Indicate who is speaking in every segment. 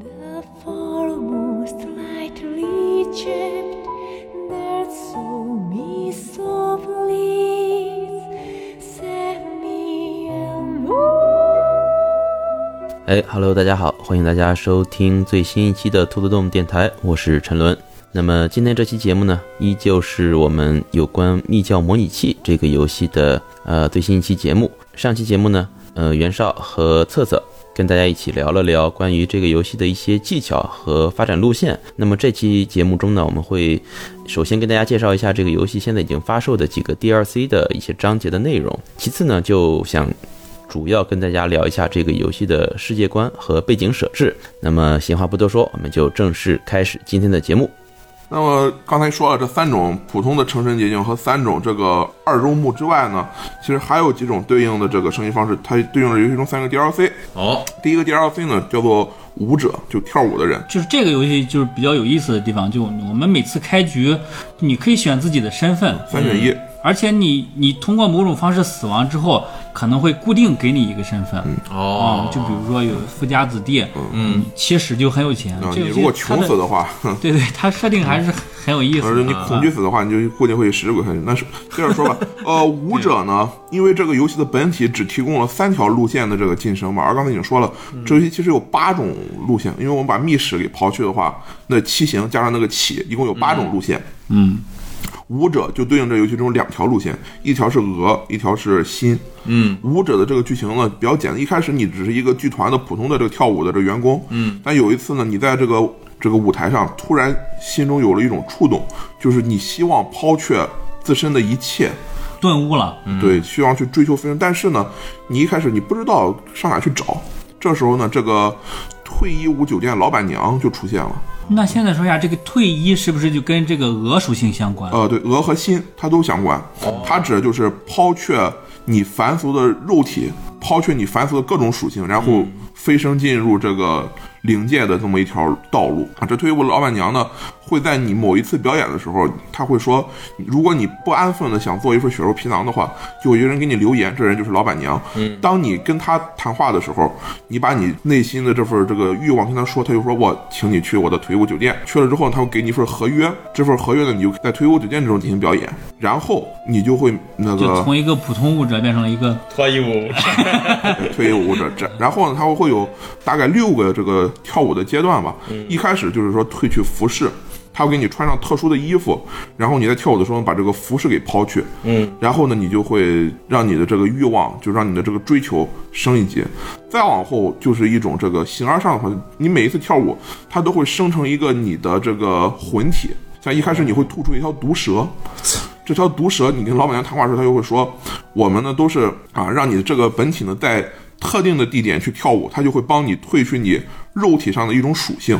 Speaker 1: The foremost lightly chipped, that saw me softly, set me alone.
Speaker 2: 哎，Hello，大家好，欢迎大家收听最新一期的兔子洞电台，我是陈伦。那么今天这期节目呢，依旧是我们有关《密教模拟器》这个游戏的呃最新一期节目。上期节目呢，呃，袁绍和策策跟大家一起聊了聊关于这个游戏的一些技巧和发展路线。那么这期节目中呢，我们会首先跟大家介绍一下这个游戏现在已经发售的几个 DLC 的一些章节的内容。其次呢，就想主要跟大家聊一下这个游戏的世界观和背景设置。那么闲话不多说，我们就正式开始今天的节目。
Speaker 3: 那么刚才说了这三种普通的成神捷径和三种这个二周目之外呢，其实还有几种对应的这个升级方式，它对应的游戏中三个 DLC。
Speaker 4: 哦，
Speaker 3: 第一个 DLC 呢叫做舞者，就跳舞的人。
Speaker 4: 就是这个游戏就是比较有意思的地方，就我们每次开局，你可以选自己的身份，
Speaker 3: 三选一，
Speaker 4: 而且你你通过某种方式死亡之后，可能会固定给你一个身份。
Speaker 3: 嗯
Speaker 5: 哦
Speaker 4: 啊，，就比如说有富家子弟，嗯，七十嗯就很有钱。
Speaker 3: 啊，
Speaker 4: 这
Speaker 3: 你
Speaker 4: 游戏
Speaker 3: 如果穷
Speaker 4: 它
Speaker 3: 死
Speaker 4: 的，
Speaker 3: 的话，哼，
Speaker 4: 对对，它设定还是很有意思啊
Speaker 3: 而
Speaker 4: 的。
Speaker 3: 呃且你恐惧死的话，你就固定会使鬼魂。那是这样说吧，呃， 舞者呢，因为这个游戏的本体只提供了三条路线的这个晋升嘛，而刚才已经说了，
Speaker 4: 嗯
Speaker 3: 这游戏其实有八种路线，因为我们把密室给刨去的话，那七行加上那个起，一共有八种路线。
Speaker 4: 嗯，
Speaker 3: 舞者就对应这游戏中两条路线，一条是鹅，一条是心。
Speaker 5: 嗯，
Speaker 3: 舞者的这个剧情呢比较简单，一开始你只是一个剧团的普通的这个跳舞的这个员工，嗯，但有一次呢，你在这个这个舞台上突然心中有了一种触动，就是你希望抛却自身的一切，
Speaker 4: 嗯顿悟了，
Speaker 3: 对，希望去追求飞升。但是呢，你一开始你不知道上哪去找，这时候呢，这个退衣舞酒店老板娘就出现了。
Speaker 4: 那现在说一下，这个退一是不是就跟这个鹅属性相关？
Speaker 3: 呃，对，鹅和心它都相关，它指的就是抛却你凡俗的肉体，抛却你凡俗的各种属性，然后飞升进入这个灵界的这么一条道路啊。这退步老板娘呢，会在你某一次表演的时候，她会说，如果你不安分的想做一份血肉皮囊的话，就有一个人给你留言，这人就是老板娘。嗯，当你跟她谈话的时候，你把你内心的这份这个欲望跟她说，她就说我请你去我的退伍酒店。去了之后，她会给你一份合约，这份合约呢，你就在退伍酒店中进行表演，然后你就会那
Speaker 4: 就
Speaker 3: 个
Speaker 4: 从一个普通舞者变成了一个
Speaker 5: 脱衣舞，
Speaker 3: 退伍者这，然后呢，它会有大概六个这个跳舞的阶段吧。一开始就是说褪去服饰，他会给你穿上特殊的衣服，然后你在跳舞的时候把这个服饰给抛去，嗯，然后呢，你就会让你的这个欲望，就让你的这个追求升一级。再往后就是一种这个形而上的话，你每一次跳舞，它都会生成一个你的这个魂体。像一开始你会吐出一条毒蛇，这条毒蛇，你跟老板娘谈话的时候，她就会说，我们呢都是啊，让你这个本体呢在特定的地点去跳舞，它就会帮你褪去你肉体上的一种属性，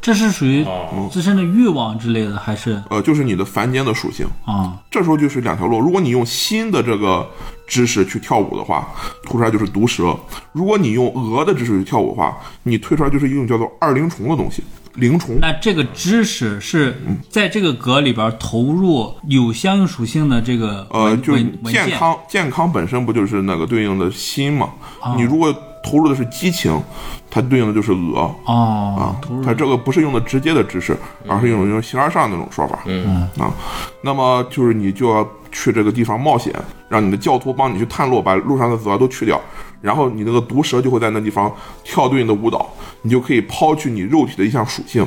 Speaker 4: 这是属于
Speaker 3: 哦
Speaker 4: 自身的欲望之类的，还是
Speaker 3: 呃，就是你的凡间的属性。
Speaker 4: 啊、
Speaker 3: 这时候就是两条路，如果你用新的这个知识去跳舞的话，吐出来就是毒蛇；如果你用鹅的知识去跳舞的话，你退出来就是一种叫做二灵虫的东西，灵虫。
Speaker 4: 那这个知识是在这个格里边投入有相应属性的这个文
Speaker 3: 呃，就是
Speaker 4: 文文
Speaker 3: 健
Speaker 4: 件
Speaker 3: 康，健康本身不就是那个对应的心嘛？
Speaker 4: 啊
Speaker 3: 你如果投入的是激情，它对应的就是鹅。
Speaker 4: 哦
Speaker 3: 啊，
Speaker 4: 投入，
Speaker 3: 它这个不是用的直接的知识，而是用一种形而上的那种说法。嗯啊，那么就是你就要去这个地方冒险，让你的教徒帮你去探路，把路上的阻碍都去掉，然后你那个毒蛇就会在那地方跳对你的舞蹈，你就可以抛去你肉体的一项属性，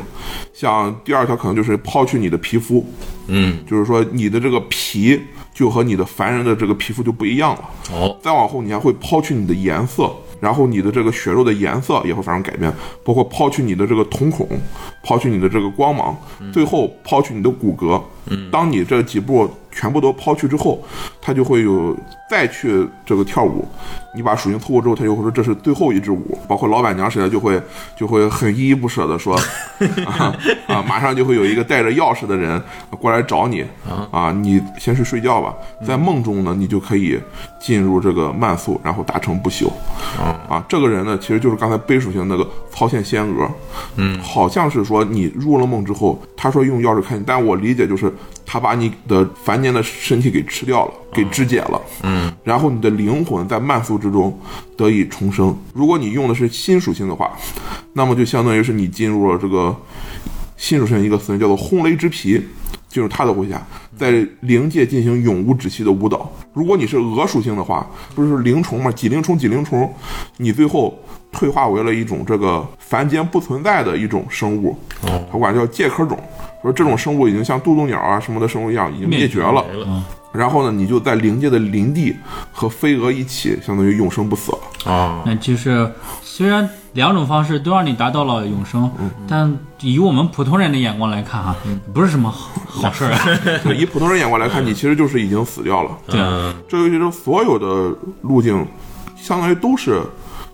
Speaker 3: 像第二条可能就是抛去你的皮肤，
Speaker 5: 嗯，
Speaker 3: 就是说你的这个皮就和你的凡人的这个皮肤就不一样了。
Speaker 5: 哦，
Speaker 3: 再往后，你还会抛去你的颜色，然后你的这个血肉的颜色也会发生改变，包括抛去你的这个瞳孔，抛去你的这个光芒，最后抛去你的骨骼。当你这几步全部都抛去之后，它就会有再去这个跳舞。你把属性错过之后，它就会说这是最后一支舞。包括老板娘谁的就会就会很依依不舍的说 啊啊，马上就会有一个带着钥匙的人过来找你啊，你先去睡觉吧，在梦中呢，你就可以进入这个慢速，然后大成不朽。啊，这个人呢，其实就是刚才悲属性那个操线仙娥，嗯，好像是说你入了梦之后，他说用钥匙开你，但我理解就是他把你的凡间的身体给吃掉了，给肢解了，哦嗯，然后你的灵魂在慢速之中得以重生。如果你用的是新属性的话，那么就相当于是你进入了这个新属性一个词叫做轰雷之皮，进入他的麾下，在灵界进行永无止息的舞蹈。如果你是鹅属性的话，不是灵虫嘛，几灵虫几灵虫，你最后退化为了一种这个凡间不存在的一种生物，他管叫介壳种。说这种生物已经像渡渡鸟啊什么的生物一样已经灭绝了，
Speaker 5: 没了
Speaker 3: 然后呢，你就在灵界的林地和飞蛾一起，相当于永生不死了。
Speaker 5: 啊，
Speaker 4: 那就是虽然两种方式都让你达到了永生，
Speaker 3: 嗯
Speaker 4: 但以我们普通人的眼光来看啊，不是什么好好事 儿、啊。
Speaker 3: 对以普通人眼光来看，你其实就是已经死掉了。
Speaker 4: 对啊，
Speaker 3: 这游戏中所有的路径，相当于都是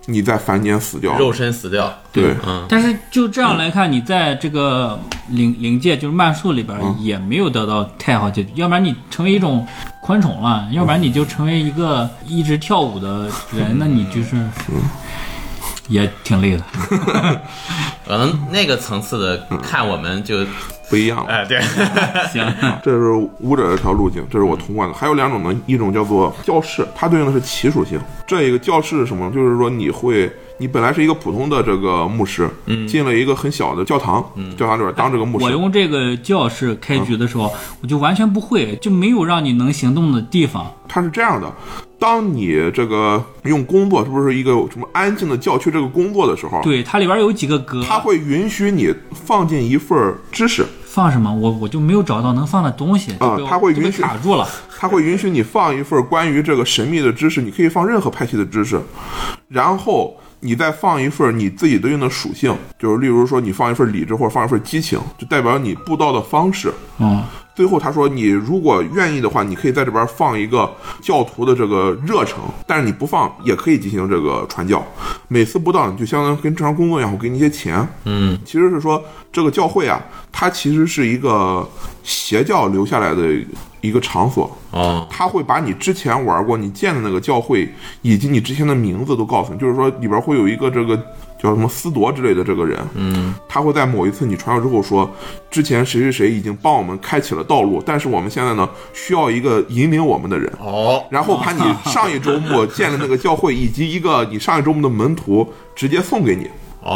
Speaker 3: 你在凡间死掉了。
Speaker 5: 肉身死掉，
Speaker 3: 对，
Speaker 2: 嗯
Speaker 4: 但是就这样来看，你在这个灵灵界，就是漫术里边
Speaker 3: 嗯
Speaker 4: 儿也没有得到太好结局，要不然你成为一种昆虫了，要不然你就成为一个
Speaker 3: 嗯
Speaker 4: 一直跳舞的人，那你就是也挺累的。
Speaker 5: 可
Speaker 2: 呃
Speaker 5: 能那个层次的看我们就，
Speaker 3: 不一样了。嗯
Speaker 5: 哎， 对，
Speaker 4: 行，
Speaker 3: 这是舞者这条路径，这是我通关的。还有两种呢，一种叫做教室，它对应的是奇属性。这一个教室是什么呢？就是说你会，你本来是一个普通的这个牧师，进了一个很小的教堂，教堂里边当这个牧师。
Speaker 4: 嗯我用这个教室开局的时候，我就完全不会，就没有让你能行动的地方。
Speaker 3: 它是这样的：当你这个用工作，这不是一个什么安静的教区这个工作的时候，
Speaker 4: 对，它里边有几个格，
Speaker 3: 它会允许你放进一份儿知识，
Speaker 4: 放什么？我我就没有找到能放的东西，就被
Speaker 3: 啊
Speaker 4: 我
Speaker 3: 它会
Speaker 4: 就被
Speaker 3: 允许
Speaker 4: 卡住了。
Speaker 3: 它会允许你放一份关于这个神秘的知识，你可以放任何派系的知识，然后你再放一份你自己对应的属性，就是例如说你放一份理智或者放一份激情，就代表你布道的方式。
Speaker 4: 嗯，
Speaker 3: 最后他说，你如果愿意的话，你可以在这边放一个教徒的这个热诚，但是你不放也可以进行这个传教。每次布道你就相当于跟正常工作一样，我给你一些钱。
Speaker 5: 嗯，
Speaker 3: 其实是说这个教会啊，它其实是一个邪教留下来的一个场所。
Speaker 5: 哦，
Speaker 3: 他会把你之前玩过、你建的那个教会以及你之前的名字都告诉你，就是说里边会有一个这个叫什么思铎之类的这个人，嗯，他会在某一次你传教之后说，之前谁谁谁已经帮我们开启了道路，但是我们现在呢需要一个引领我们的人，
Speaker 5: 哦，
Speaker 3: 然后把你上一周末建的那个教会以及一个你上一周末的门徒 直接送给你，
Speaker 5: 哦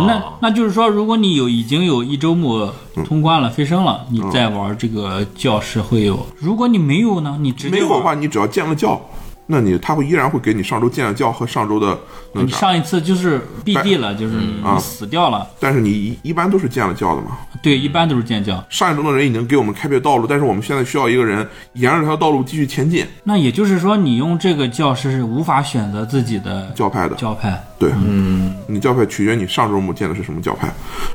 Speaker 4: 哦，那那就是说，如果你有已经有一周目
Speaker 3: 嗯
Speaker 4: 通关了、飞升了，你再玩这个教室会有；如果你没有呢，你直
Speaker 3: 没
Speaker 4: 接
Speaker 3: 有的
Speaker 4: 玩。
Speaker 3: 话你只要建了教，那你他会依然会给你上周建的教和上周的那
Speaker 4: 你
Speaker 3: 个啥，
Speaker 4: 嗯上一次就是闭地了，就是你
Speaker 3: 啊
Speaker 4: 你死掉了。
Speaker 3: 但是你一一般都是建了教的嘛，
Speaker 4: 对，一般都是建教。
Speaker 3: 上一周的人已经给我们开辟道路，但是我们现在需要一个人沿着他的道路继续前进。
Speaker 4: 那也就是说，你用这个教室是无法选择自己的
Speaker 3: 教派的，
Speaker 4: 教派。
Speaker 3: 对，嗯，你教派取决你上周末建的是什么教派，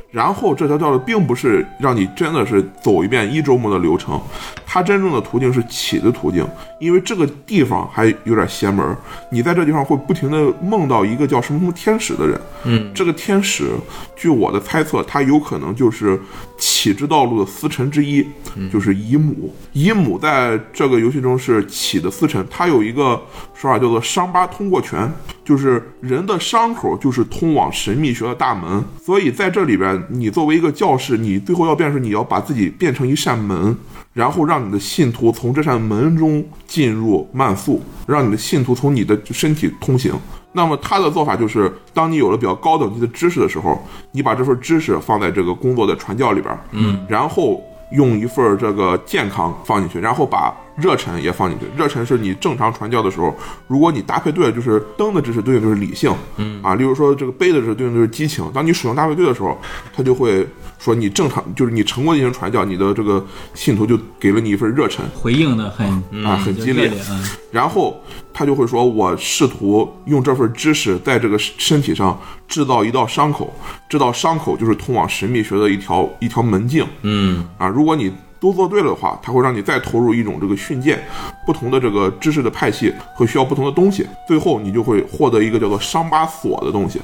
Speaker 3: 然后这条道路并不是让你真的是走一遍一周末的流程，它真正的途径是起的途径，因为这个地方还有点邪门儿，你在这地方会不停的梦到一个叫什么什么天使的人，嗯，这个天使，据我的猜测，他有可能就是启之道路的司辰之一，就是姨母。姨母在这个游戏中是启的司辰，它有一个说法叫做伤疤通过拳，就是人的伤口就是通往神秘学的大门。所以在这里边，你作为一个教士，你最后要变成你要把自己变成一扇门，然后让你的信徒从这扇门中进入慢速，让你的信徒从你的身体通行。那么他的做法就是，当你有了比较高等级的知识的时候，你把这份知识放在这个工作的传教里边，嗯，然后用一份这个健康放进去，然后把热忱也放进去。热忱是你正常传教的时候，如果你搭配对了，就是灯的知识对应就是理性，嗯啊，例如说这个杯的知识对应就是激情。当你使用搭配对的时候，他就会说你正常就是你成功进行传教，你的这个信徒就给了你一份热忱，
Speaker 4: 回应的很
Speaker 3: 啊很激烈
Speaker 4: 嗯，
Speaker 3: 然后他就会说：“我试图用这份知识在这个身体上制造一道伤口，这道伤口就是通往神秘学的一条一条门径。”
Speaker 5: 嗯，
Speaker 3: 啊，如果你都做对了的话，它会让你再投入一种这个训诫，不同的这个知识的派系会需要不同的东西，最后你就会获得一个叫做伤疤锁的东西。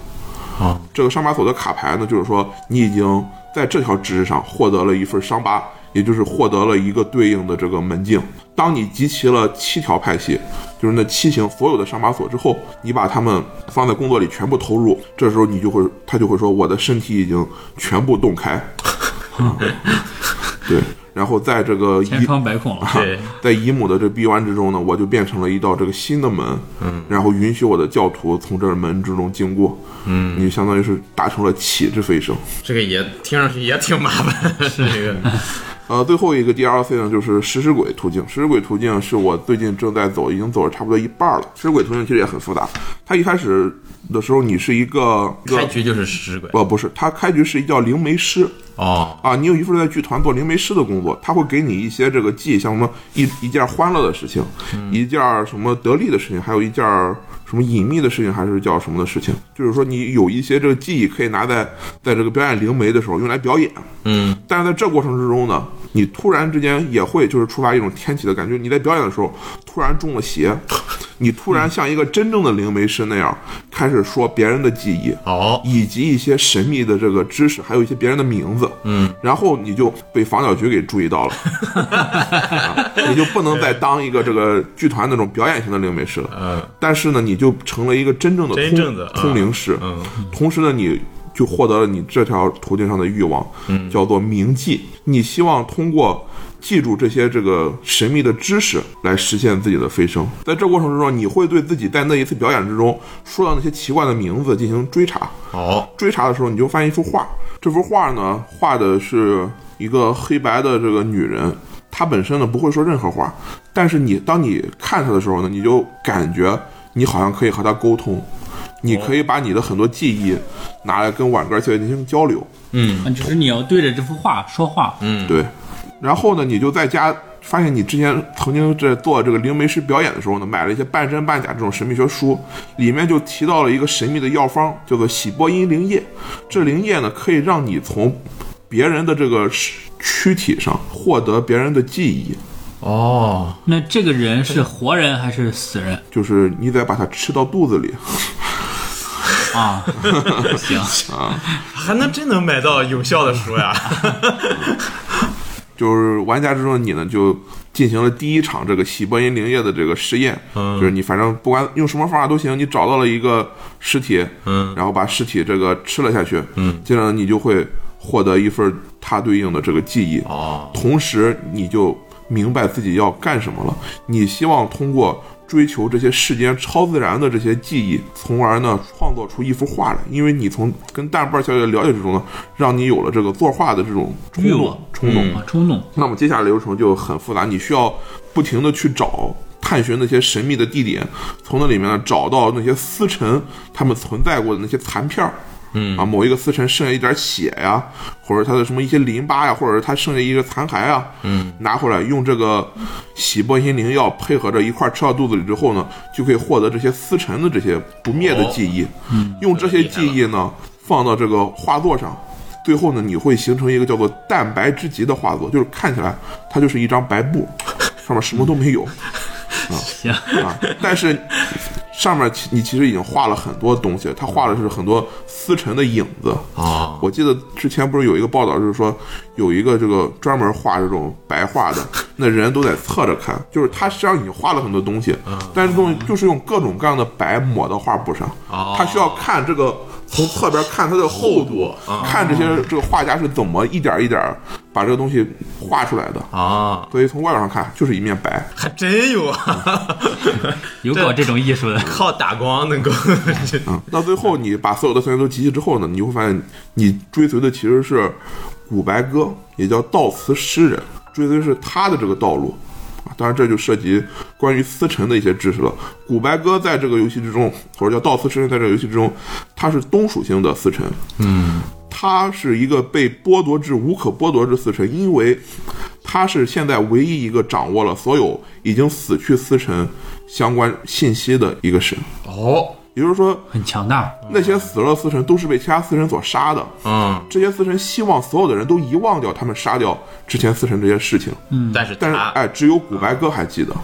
Speaker 5: 啊，
Speaker 3: 这个伤疤锁的卡牌呢，就是说你已经在这条知识上获得了一份伤疤，也就是获得了一个对应的这个门径。当你集齐了七条派系，就是那七型所有的伤疤锁之后，你把它们放在工作里全部投入，这时候你就会， 啊他就会说我的身体已经全部洞开。对，然后在这个
Speaker 4: 千
Speaker 3: 一
Speaker 4: 疮百孔了。
Speaker 5: 对，
Speaker 3: 在姨母的这臂弯之中呢，我就变成了一道这个新的门，嗯，然后允许我的教徒从这门之中经过，嗯，你相当于是达成了启智飞升。
Speaker 5: 这个也听上去也挺麻烦，是这个，
Speaker 3: 呃，最后一个 DLC 呢，就是食尸鬼途径。食尸鬼途径是我最近正在走，已经走了差不多一半了。食尸鬼途径其实也很复杂，它一开始的时候你是一个一
Speaker 5: 开
Speaker 3: 个。
Speaker 5: 局就是食尸鬼
Speaker 3: 呃，不是，它开局是一叫灵媒师
Speaker 5: 哦，
Speaker 3: 啊，你有一份在剧团做灵媒师的工作，他会给你一些这个记忆，像什么一一件欢乐的事情，一件什么得力的事情，还有一件什么隐秘的事情，还是叫什么的事情，就是说你有一些这个记忆可以拿在在这个表演灵媒的时候用来表演，
Speaker 5: 嗯，
Speaker 3: 但是在这过程之中呢，你突然之间也会就是触发一种天启的感觉。你在表演的时候突然中了邪，你突然像一个真正的灵媒师那样开始说别人的记忆，
Speaker 5: 哦，
Speaker 3: 以及一些神秘的这个知识，还有一些别人的名字。嗯，然后你就被防小局给注意 到了，啊你就不能再当一个这个剧团那种表演型的灵媒师了。
Speaker 5: 嗯
Speaker 3: 但是呢，你就成了一个真正的
Speaker 5: 真
Speaker 3: 通
Speaker 5: 正的啊
Speaker 3: 通灵师。
Speaker 5: 嗯，
Speaker 3: 同时呢，你就获得了你这条途径上的欲望，
Speaker 5: 嗯
Speaker 3: 叫做铭记。你希望通过记住这些这个神秘的知识来实现自己的飞升。在这过程之中，你会对自己在那一次表演之中说到那些奇怪的名字进行追查。
Speaker 5: 哦，
Speaker 3: 追查的时候，你就发现一幅画。这幅画呢，画的是一个黑白的这个女人，她本身呢不会说任何话，但是你当你看她的时候呢，你就感觉你好像可以和她沟通，你可以把你的很多记忆拿来跟婉哥去进行交流。
Speaker 5: 嗯
Speaker 4: 嗯就是你要对着这幅画说话，
Speaker 5: 嗯，
Speaker 3: 对，然后呢，你就在家发现你之前曾经在做这个灵媒师表演的时候呢，买了一些半真半假这种神秘学书，里面就提到了一个神秘的药方，叫做喜波因灵液。这灵液呢，可以让你从别人的这个躯体上获得别人的记忆，
Speaker 5: 哦，
Speaker 4: 那这个人是活人还是死人
Speaker 3: 就是你得把它吃到肚子里。
Speaker 4: 啊？行，
Speaker 5: 还能真能买到有效的书呀？
Speaker 3: 就是玩家之中的你呢，就进行了第一场这个喜波因灵液的这个试验，
Speaker 5: 嗯
Speaker 3: 就是你反正不管用什么方法都行，你找到了一个尸体，
Speaker 5: 嗯
Speaker 3: 然后把尸体这个吃了下去，
Speaker 5: 嗯，
Speaker 3: 接着呢你就会获得一份它对应的这个记忆，
Speaker 5: 哦，
Speaker 3: 同时你就明白自己要干什么了。你希望通过追求这些世间超自然的这些记忆，从而呢创作出一幅画来。因为你从跟蛋瓣小姐的了解之中呢，让你有了这个作画的这种冲
Speaker 4: 欲
Speaker 3: 动
Speaker 4: 望，
Speaker 5: 嗯
Speaker 3: 冲动。
Speaker 4: 啊，冲动，
Speaker 3: 那么接下来流程就很复杂，你需要不停的去找。探寻那些神秘的地点，从那里面呢找到那些司尘他们存在过的那些残片儿，嗯啊，某一个司尘剩下一点血呀、或者他的什么一些淋巴呀、或者是他剩下一个残骸啊，嗯，拿回来用这个洗波心灵药配合着一块儿吃到肚子里之后呢，就可以获得这些司尘的这些不灭的记忆，嗯，用这些记忆呢放到这个画作上，最后呢，你会形成一个叫做蛋白之极的画作，就是看起来它就是一张白布，上面什么都没有
Speaker 4: 行，
Speaker 3: 啊，但是上面其你其实已经画了很多东西，它画的是很多丝尘的影子。
Speaker 5: 哦，
Speaker 3: 我记得之前不是有一个报道，就是说有一个这个专门画这种白画的，那人都得侧着看，就是他实际上已经画了很多东西，但是东西就是用各种各样的白抹到画布上，
Speaker 5: 哦
Speaker 3: 他需要看这个从侧边看它的厚度，嗯看这些这个画家是怎么一点一点把这个东西画出来的。
Speaker 2: 哦
Speaker 5: 啊，
Speaker 3: 所以从外表上看就是一面白，
Speaker 5: 还真 有啊，
Speaker 4: 有搞这种艺术的，
Speaker 5: 靠打光能够，这
Speaker 3: 嗯，到最后你把所有的资源都集齐之后呢，你会发现你追随的其实是古白鸽，也叫悼词诗人，追随是他的这个道路。啊当然，这就涉及关于司晨的一些知识了。古白鸽在这个游戏之中，或者叫悼词诗人，在这个游戏之中，他是东属性的司晨。他是一个被剥夺至无可剥夺之死神，因为他是现在唯一一个掌握了所有已经死去死神相关信息的一个神。
Speaker 5: 哦，
Speaker 3: 也就是说，
Speaker 4: 很强大，
Speaker 3: 那些死了死神都是被其他死神所杀的。
Speaker 5: 嗯，
Speaker 3: 这些死神希望所有的人都遗忘掉他们杀掉之前死神这些事情，
Speaker 2: 嗯
Speaker 5: 但是
Speaker 3: 但是
Speaker 5: 他
Speaker 3: 哎，只有古白哥还记得。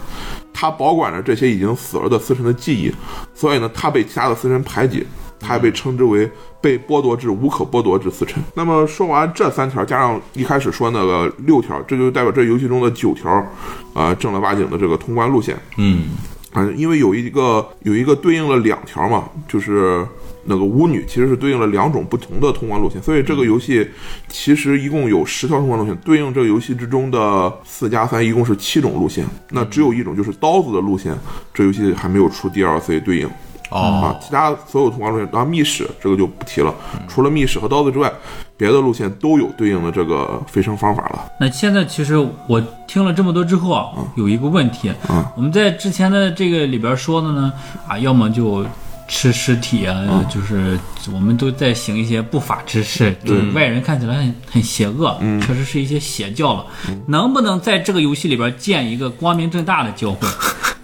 Speaker 3: 他保管着这些已经死了的死神的记忆，所以呢，他被其他的死神排挤，他被称之为被剥夺至无可剥夺之死神。那么说完这三条，加上一开始说那个六条，这就代表这游戏中的九条，呃，正儿八经的这个通关路线。
Speaker 5: 嗯，
Speaker 3: 嗯，因为有一个有一个对应了两条嘛，就是那个巫女其实是对应了两种不同的通关路线，所以这个游戏其实一共有十条通关路线，对应这个游戏之中的四加三，一共是七种路线。那只有一种就是刀子的路线，这游戏还没有出 DLC 对应。啊
Speaker 5: 哦，，
Speaker 3: 其他所有通关路线，当然密室这个就不提了，除了密室和刀子之外，别的路线都有对应的这个飞升方法了。
Speaker 4: 那现在其实我听了这么多之后啊，有一个问题，我们在之前的这个里边说的呢，啊，要么就吃尸体啊，就是我们都在行一些不法之事，就是外人看起来很很邪恶，确实是一些邪教了。能不能在这个游戏里边建一个光明正大的教会，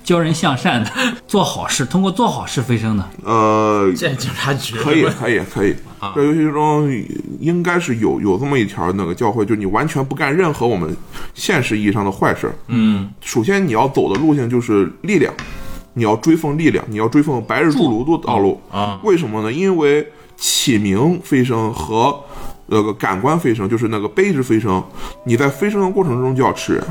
Speaker 4: 教人向善的，做好事，通过做好事飞升的？
Speaker 3: 呃，
Speaker 5: 见警察局
Speaker 3: 可以，可以，可以。
Speaker 5: 啊
Speaker 3: 这游戏中应该是有有这么一条那个教会，就是你完全不干任何我们现实意义上的坏事。
Speaker 5: 嗯，
Speaker 3: 首先你要走的路线就是力量，你要追奉力量，你要追奉白日
Speaker 4: 助
Speaker 3: 驻卢的道路。
Speaker 5: 啊，
Speaker 3: 为什么呢？因为启明飞升和那个感官飞升，就是那个卑职飞升，你在飞升的过程中就要吃人。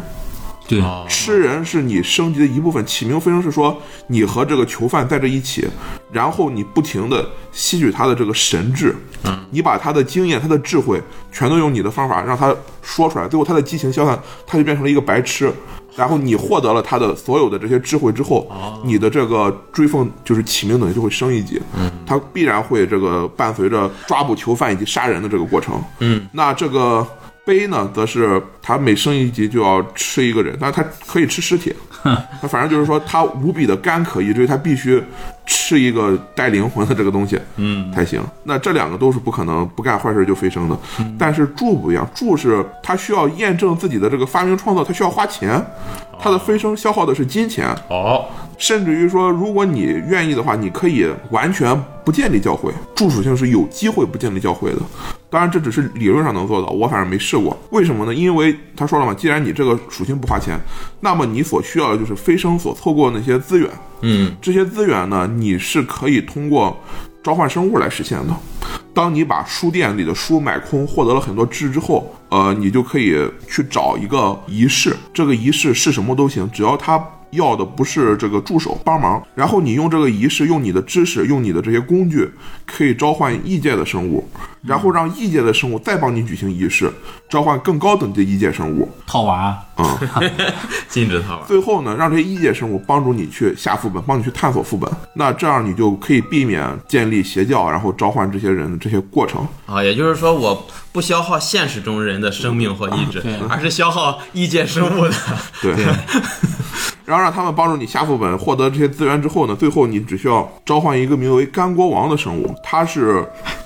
Speaker 4: 对，
Speaker 5: 哦
Speaker 3: 吃人是你升级的一部分，起名飞升是说你和这个囚犯在这一起，然后你不停的吸取他的这个神智，你把他的经验、他的智慧，全都用你的方法让他说出来，最后他的激情消散，他就变成了一个白痴。然后你获得了他的所有的这些智慧之后，你的这个追奉就是起名等级就会升一级，他必然会这个伴随着抓捕囚犯以及杀人的这个过程。嗯，那这个碑呢，则是他每升一级就要吃一个人，但是他可以吃尸体， 他反正就是说他无比的干渴，以至于他必须吃一个带灵魂的这个东西，嗯，才行。那这两个都是不可能不干坏事就飞升的，但是柱不一样，柱是他需要验证自己的这个发明创造，他需要花钱，他的飞升消耗的是金钱，
Speaker 5: 哦，
Speaker 3: 甚至于说，如果你愿意的话，你可以完全不建立教会，助属性是有机会不建立教会的。当然，这只是理论上能做到，我反正没试过。为什么呢？因为他说了嘛，既然你这个属性不花钱，那么你所需要的就是飞升所错过的那些资源。
Speaker 5: 嗯，
Speaker 3: 这些资源呢，你是可以通过召唤生物来实现的。当你把书店里的书买空，获得了很多知识之后，呃，你就可以去找一个仪式，这个仪式是什么都行，只要他要的不是这个助手帮忙，然后你用这个仪式，用你的知识，用你的这些工具，可以召唤异界的生物，然后让异界的生物再帮你举行仪式，召唤更高等级的异界生物，
Speaker 4: 套娃，
Speaker 5: 禁止他玩，
Speaker 3: 最后呢，让这些异界生物帮助你去下副本，帮你去探索副本。那这样你就可以避免建立邪教，然后召唤这些人的这些过程。
Speaker 5: 啊，也就是说，我不消耗现实中人的生命或意志
Speaker 4: 对，
Speaker 5: 而是消耗异界生物的。
Speaker 3: 啊对， 然后让他们帮助你下副本，获得这些资源之后呢，最后你只需要召唤一个名为干锅王的生物，他是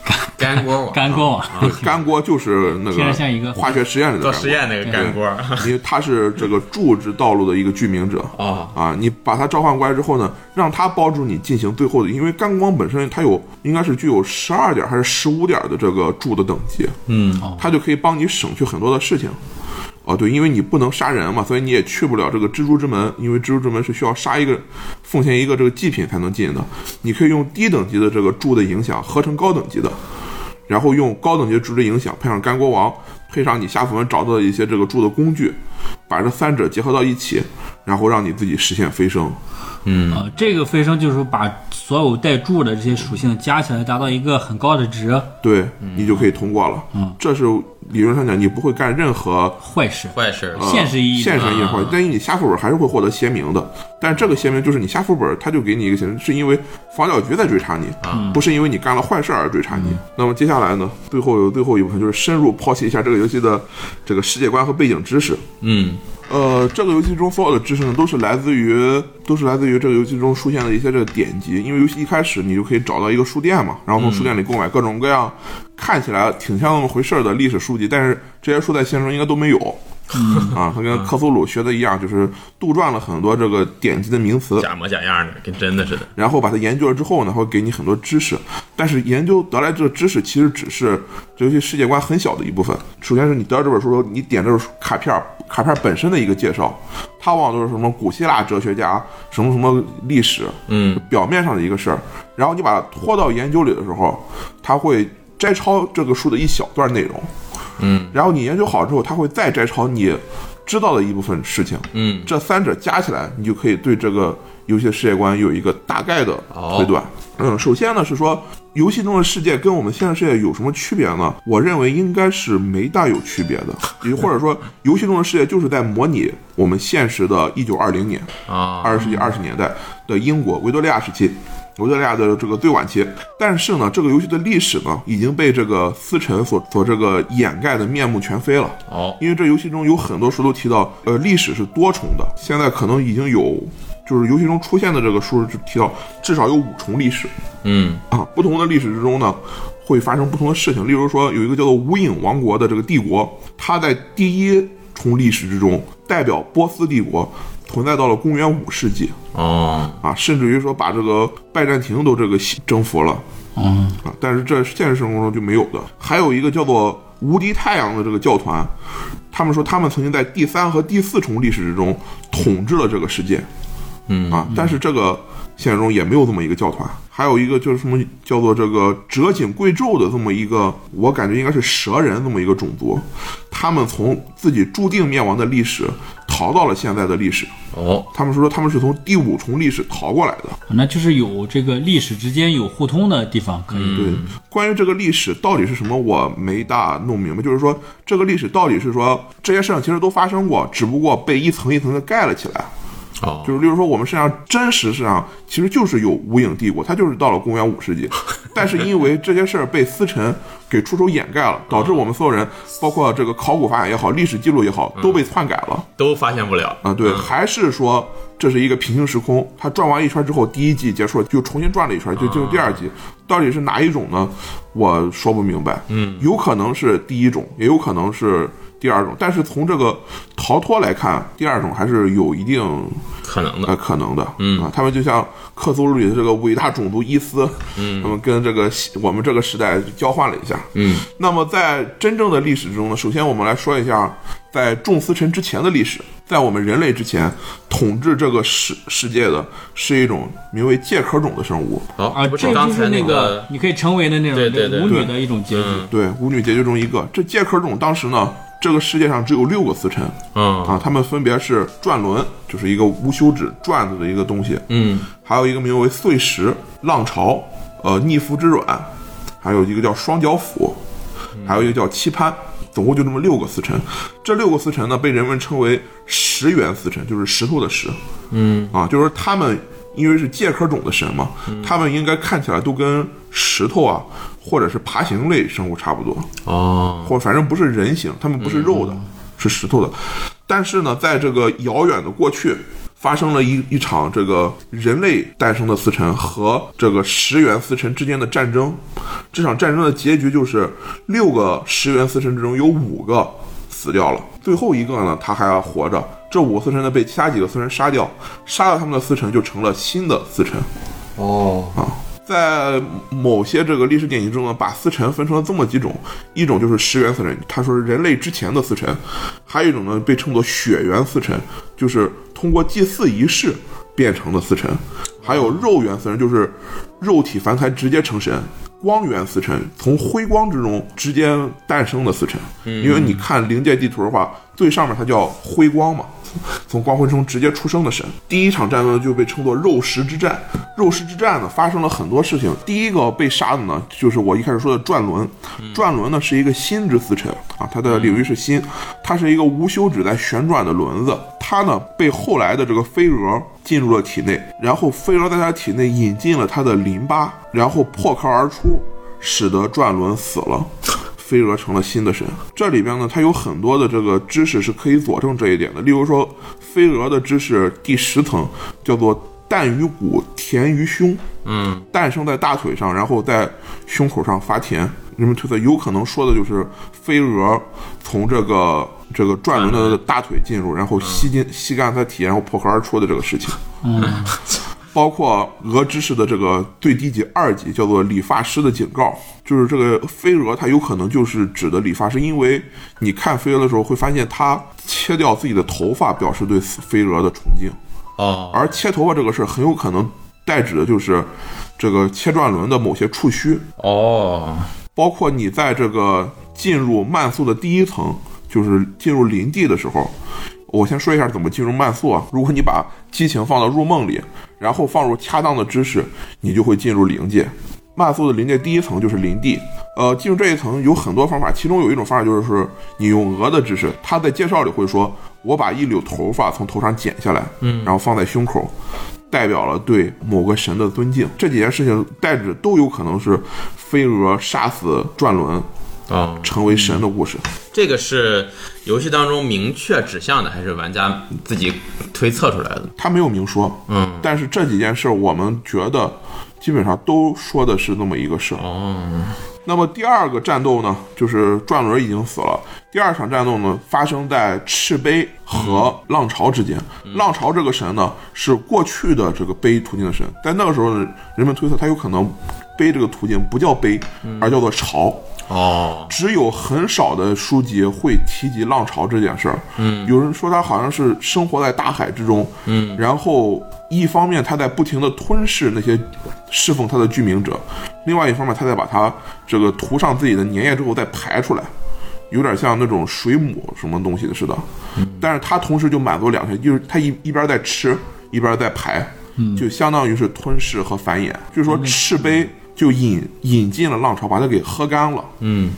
Speaker 3: 呃
Speaker 5: 干锅
Speaker 4: 干锅网，
Speaker 3: 干锅，就是那
Speaker 4: 听着像一
Speaker 3: 个
Speaker 4: 个
Speaker 3: 化学实验里的
Speaker 5: 做
Speaker 3: 干
Speaker 5: 实
Speaker 3: 锅
Speaker 5: 验那个干锅
Speaker 3: 因为他是这个柱之道路的一个具名者
Speaker 5: 哦
Speaker 3: 啊，你把他召唤过来之后呢，让他帮助你进行最后的，因为干光本身它有应该是具有十二点还是十五点的这个柱的等级，
Speaker 5: 嗯，
Speaker 3: 它就可以帮你省去很多的事情。哦，对，因为你不能杀人嘛，所以你也去不了这个蜘蛛之门，因为蜘蛛之门是需要杀一个，奉献一个这个祭品才能进的。你可以用低等级的这个柱的影响合成高等级的，然后用高等级的柱的影响配上干锅王，配上你下符文找到的一些这个柱的工具，把这三者结合到一起，然后让你自己实现飞升。
Speaker 5: 嗯
Speaker 4: 呃，这个飞升就是把所有带柱的这些属性加起来，达到一个很高的值。
Speaker 3: 对你就可以通过了。嗯，这是理论上讲，你不会干任何
Speaker 4: 坏事，
Speaker 5: 坏事
Speaker 3: 呃
Speaker 4: 现实意义的
Speaker 3: 现实意义的话
Speaker 5: 啊
Speaker 3: 但是你下副本还是会获得邪名的。但这个邪名就是你下副本，他就给你一个邪名，是因为防剿局在追查你，不是因为你干了坏事而追查你。那么接下来呢，最后有最后一部分就是深入剖析一下这个游戏的这个世界观和背景知识。
Speaker 5: 嗯，
Speaker 3: 呃，这个游戏中所有的知识呢，都是来自于都是来自于这个游戏中出现的一些这个典籍。因为游戏一开始你就可以找到一个书店嘛，然后从书店里购买各种各样、看起来挺像那么回事儿的历史书籍，但是这些书在现实中应该都没有。啊，它跟克苏鲁学的一样，就是杜撰了很多这个典籍的名词，
Speaker 5: 假模假样的，跟真的似的。
Speaker 3: 然后把它研究了之后呢，会给你很多知识，但是研究得来这个知识其实只是这游戏世界观很小的一部分。首先是你得到这本书的时候，你点这本书卡片儿，卡片儿本身的一个介绍，它往往都是什么古希腊哲学家什么什么历史，
Speaker 5: 嗯，
Speaker 3: 表面上的一个事儿，然后你把它拖到研究里的时候，它会摘抄这个书的一小段内容，
Speaker 5: 嗯，
Speaker 3: 然后你研究好之后，它会再摘抄你知道的一部分事情，
Speaker 5: 嗯，
Speaker 3: 这三者加起来，你就可以对这个游戏的世界观有一个大概的
Speaker 5: 哦
Speaker 3: 推断。嗯，首先呢是说游戏中的世界跟我们现实世界有什么区别呢？我认为应该是没大有区别的，也或者说游戏中的世界就是在模拟我们现实的1920年。
Speaker 5: 啊，
Speaker 3: 二十世纪二十年代的英国维多利亚时期，维多利亚的这个最晚期。但是呢，这个游戏的历史呢，已经被这个思辰所所这个掩盖的面目全非了。
Speaker 5: 哦，
Speaker 3: 因为这游戏中有很多书都提到，呃，历史是多重的。现在可能已经有，就是游戏中出现的这个书就提到至少有五重历史
Speaker 5: 嗯，
Speaker 3: 啊。不同的历史之中呢，会发生不同的事情。例如说，有一个叫做无影王国的这个帝国，它在第一重历史之中代表波斯帝国存在到了公元五世纪。
Speaker 5: 哦，
Speaker 3: 啊，甚至于说把这个拜占庭都这个西征服了
Speaker 4: 嗯，
Speaker 3: 啊，但是这是现实生活中就没有的。还有一个叫做无敌太阳的这个教团，他们说他们曾经在第三和第四重历史之中统治了这个世界，
Speaker 5: 嗯
Speaker 3: 啊，但是这个现实中也没有这么一个教团。还有一个就是什么叫做这个折颈贵胄的这么一个，我感觉应该是蛇人这么一个种族，他们从自己注定灭亡的历史逃到了现在的历史。
Speaker 5: 哦，
Speaker 3: 他们说他们是从第五重历史逃过来的，
Speaker 4: 那就是有这个历史之间有互通的地方，可以。
Speaker 5: 嗯
Speaker 3: 对，关于这个历史到底是什么，我没大弄明白。就是说，这个历史到底是说这些事情其实都发生过，只不过被一层一层的盖了起来。
Speaker 5: 哦
Speaker 3: 就，是例如说，我们身上真实身上其实就是有无影帝国，它就是到了公元五世纪，但是因为这些事儿被思辰给出手掩盖了，导致我们所有人，包括这个考古发现也好，历史记录也好，都被篡改了。
Speaker 5: 都发现不了，
Speaker 3: 啊，对，还是说这是一个平行时空？他转完一圈之后，第一季结束了，就重新转了一圈，就进入第二季，到底是哪一种呢？我说不明白。嗯，有可能是第一种，也有可能是第二种，但是从这个逃脱来看，第二种还是有一定
Speaker 5: 可能
Speaker 3: 呃
Speaker 5: 的，
Speaker 3: 可能的。嗯啊，他们就像克苏鲁里的这个伟大种族伊斯，嗯，他们跟这个西我们这个时代交换了一下。
Speaker 5: 嗯，
Speaker 3: 那么在真正的历史之中呢，首先我们来说一下，在众思臣之前的历史，在我们人类之前，统治这个世世界的是一种名为介壳种的生物。
Speaker 5: 哦，
Speaker 4: 啊，
Speaker 5: 不
Speaker 4: 这
Speaker 5: 是
Speaker 4: 个
Speaker 5: 刚
Speaker 4: 就
Speaker 5: 才
Speaker 4: 是
Speaker 5: 那
Speaker 4: 个
Speaker 5: 个，
Speaker 4: 你可以成为的那种
Speaker 5: 对对对
Speaker 4: 母女的一种结局。
Speaker 5: 嗯
Speaker 3: 对，舞女结局中一个。这介壳种当时呢，这个世界上只有六个司臣
Speaker 5: 嗯
Speaker 3: 啊，他们分别是转轮，就是一个无休止转子的一个东西，
Speaker 5: 嗯，
Speaker 3: 还有一个名为碎石、浪潮、呃逆服之卵，还有一个叫双脚斧，还有一个叫七攀，总共就这么六个司辰。这六个司辰呢，被人们称为石原司辰，就是石头的石。嗯，啊，就是说他们因为是介壳种的神嘛，他们应该看起来都跟石头啊，或者是爬行类生物差不多。
Speaker 5: 哦，
Speaker 3: 或反正不是人形，他们不是肉的，是石头的。但是呢，在这个遥远的过去，发生了一一场这个人类诞生的司辰和这个石原司辰之间的战争。这场战争的结局就是六个石原司辰之中有五个死掉了，最后一个呢，他还活着。这五个司辰呢，被其他几个司辰杀掉，杀掉他们的司辰就成了新的司辰。
Speaker 5: 哦，
Speaker 3: 在某些这个历史典籍中呢，啊把司辰分成了这么几种，一种就是石原司辰，他说是人类之前的司辰；还有一种呢被称作血缘司辰，就是通过祭祀仪式变成的司辰；还有肉圆司辰，就是肉体凡胎直接成神；光源司辰，从辉光之中直接诞生的司辰。因为你看灵界地图的话，最上面它叫辉光嘛，从光辉中直接出生的神。第一场战斗就被称作肉食之战。肉食之战呢，发生了很多事情。第一个被杀的呢，就是我一开始说的转轮。转轮呢是一个心之司辰啊，它的领域是心，它是一个无休止在旋转的轮子。它呢被后来的这个飞蛾进入了体内，然后飞蛾在它体内引进了它的淋巴，然后破壳而出，使得转轮死了。飞蛾成了新的神。这里边呢，它有很多的这个知识是可以佐证这一点的。例如说，飞蛾的知识第十层叫做“淡于骨，甜于胸”，嗯，诞生在大腿上，然后在胸口上发甜。人们推测，有可能说的就是飞蛾从这个这个转轮嗯的大腿进入，然后吸进吸干它体，然后破壳而出的这个事情。包括俄知识的这个最低级二级，叫做理发师的警告，就是这个飞蛾，它有可能就是指的理发师，因为你看飞蛾的时候会发现它切掉自己的头发，表示对飞蛾的崇敬，
Speaker 5: 哦，
Speaker 3: 而切头发这个事儿很有可能代指的就是这个切转轮的某些触须，
Speaker 5: 哦，
Speaker 3: 包括你在这个进入慢速的第一层，就是进入林地的时候，我先说一下怎么进入慢速啊。如果你把激情放到入梦里，然后放入恰当的知识，你就会进入灵界。慢速的灵界第一层就是林地，呃，进入这一层有很多方法，其中有一种方法就是你用鹅的知识，它在介绍里会说，我把一绺头发从头上剪下来，嗯，然后放在胸口，代表了对某个神的尊敬。这几件事情代指都有可能是飞蛾杀死转轮
Speaker 5: 哦，
Speaker 3: 成为神的故事。
Speaker 5: 这个是游戏当中明确指向的，还是玩家自己推测出来的？
Speaker 3: 他没有明说，
Speaker 5: 嗯，
Speaker 3: 但是这几件事儿我们觉得基本上都说的是那么一个事儿。
Speaker 5: 哦，
Speaker 3: 那么第二个战斗呢，就是转轮已经死了。第二场战斗呢，发生在赤碑和浪潮之间。
Speaker 5: 嗯
Speaker 3: 浪潮这个神呢，是过去的这个碑途径的神，但那个时候呢，人们推测他有可能碑这个途径不叫碑，
Speaker 5: 嗯
Speaker 3: 而叫做潮。
Speaker 5: 哦，
Speaker 3: 只有很少的书籍会提及浪潮这件事儿。嗯，有人说他好像是生活在大海之中。嗯，然后一方面他在不停的吞噬那些侍奉他的居民者，另外一方面他在把他这个涂上自己的粘液之后再排出来，有点像那种水母什么东西似的。但是他同时就满足两项，就是他一一边在吃，一边在排，就相当于是吞噬和繁衍。就是说赤杯就引引进了浪潮，把它给喝干了。
Speaker 5: 嗯，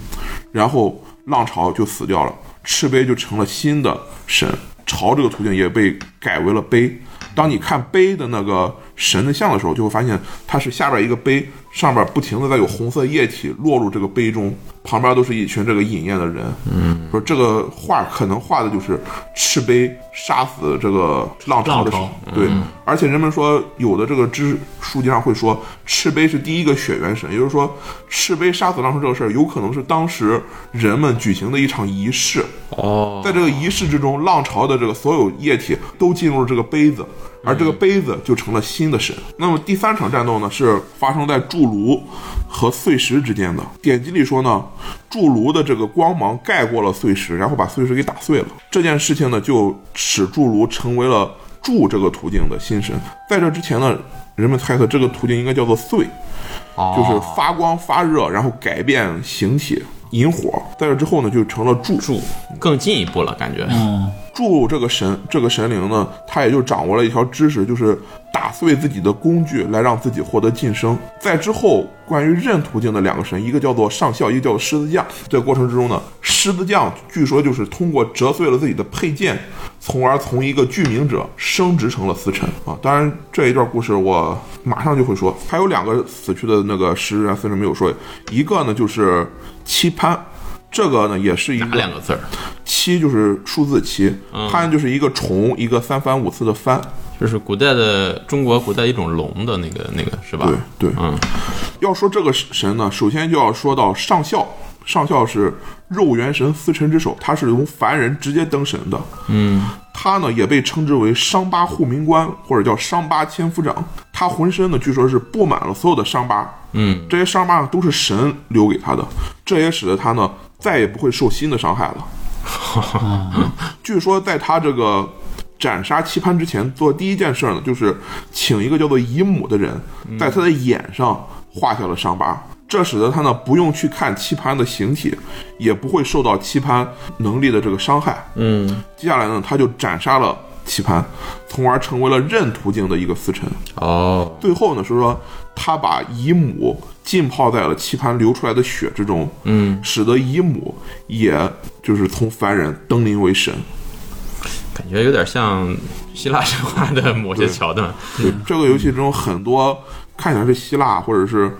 Speaker 3: 然后浪潮就死掉了，赤碑就成了新的神，潮这个途径也被改为了碑。当你看碑的那个神的像的时候，就会发现它是下边一个碑，上边不停的在有红色液体落入这个碑中，旁边都是一群这个饮宴的人。嗯，说这个画可能画的就是赤碑杀死这个浪潮的时候
Speaker 4: 浪潮，嗯
Speaker 3: 对，而且人们说，有的这个知书籍上会说，赤碑是第一个血缘神，也就是说，赤碑杀死浪潮这个事儿，有可能是当时人们举行的一场仪式。
Speaker 5: 哦，
Speaker 3: 在这个仪式之中，浪潮的这个所有液体都进入了这个杯子，而这个杯子就成了新的神。那么第三场战斗呢，是发生在铸炉和碎石之间的。典籍里说呢，铸炉的这个光芒盖过了碎石，然后把碎石给打碎了。这件事情呢，就使铸炉成为了铸这个途径的新神。在这之前呢，人们猜测这个途径应该叫做碎。就是发光发热，然后改变形体，引火。在这之后呢，就成了柱。柱
Speaker 5: 更进一步了，感觉。
Speaker 4: 嗯，
Speaker 3: 柱这个神，这个神灵呢，他也就掌握了一条知识，就是打碎自己的工具来让自己获得晋升。在之后，关于任途径的两个神，一个叫做上校，一个叫做狮子将。这个过程之中呢，狮子将据说就是通过折碎了自己的配件，从而从一个具名者升职成了司臣啊。当然，这一段故事我马上就会说。还有两个死去的那个石人司臣没有说，一个呢就是期盼。这个呢，也是一
Speaker 5: 哪
Speaker 3: 个
Speaker 5: 两个字儿？
Speaker 3: 七就是数字七，潘就是一个虫，一个三番五次的番。
Speaker 5: 就是古代的中国古代一种龙的那个那个是吧？
Speaker 3: 对对，
Speaker 5: 嗯，
Speaker 3: 要说这个神呢，首先就要说到上校，上校是肉元神司臣之首，他是从凡人直接登神的。嗯，他呢也被称之为伤疤护民官，或者叫伤疤千夫长。他浑身呢据说是布满了所有的伤疤，
Speaker 5: 嗯，
Speaker 3: 这些伤疤呢都是神留给他的，这也使得他呢再也不会受新的伤害了。据说在他这个斩杀棋盘之前，做第一件事呢，就是请一个叫做姨母的人，在他的眼上画下了伤疤。这使得他呢不用去看棋盘的形体，也不会受到棋盘能力的这个伤害。
Speaker 5: 嗯，
Speaker 3: 接下来呢，他就斩杀了棋盘，从而成为了任途径的一个司臣。
Speaker 5: 哦，
Speaker 3: 最后呢是说他把姨母浸泡在了棋盘流出来的血之中，
Speaker 5: 嗯，
Speaker 3: 使得姨母也就是从凡人登临为神。
Speaker 5: 感觉有点像希腊神话的某些桥段。
Speaker 3: 对，这个游戏之中很多看起来是希腊或者是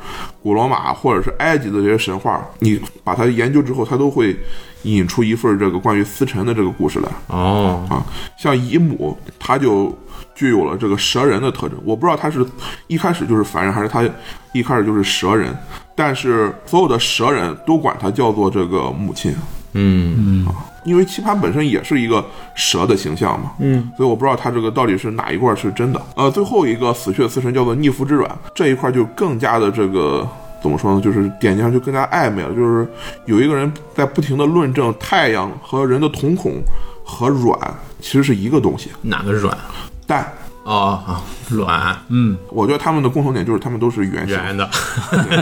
Speaker 3: 古罗马或者是埃及的这些神话，你把它研究之后，它都会引出一份这个关于司晨的这个故事来
Speaker 5: 哦，
Speaker 3: 啊。像姨母，它就具有了这个蛇人的特征。我不知道它是一开始就是凡人，还是它一开始就是蛇人。但是所有的蛇人都管它叫做这个母亲，
Speaker 5: 嗯，
Speaker 3: 因为棋盘本身也是一个蛇的形象嘛，嗯，所以我不知道它这个到底是哪一块是真的。呃，最后一个死去的死神叫做逆服之软，这一块就更加的这个怎么说呢？就是典籍上就更加暧昧了，就是有一个人在不停的论证太阳和人的瞳孔和卵其实是一个东西，
Speaker 5: 哪个软？
Speaker 3: 蛋。
Speaker 5: 哦，啊卵
Speaker 4: 嗯，
Speaker 3: 我觉得他们的共同点就是他们都是圆形。
Speaker 5: 圆 的，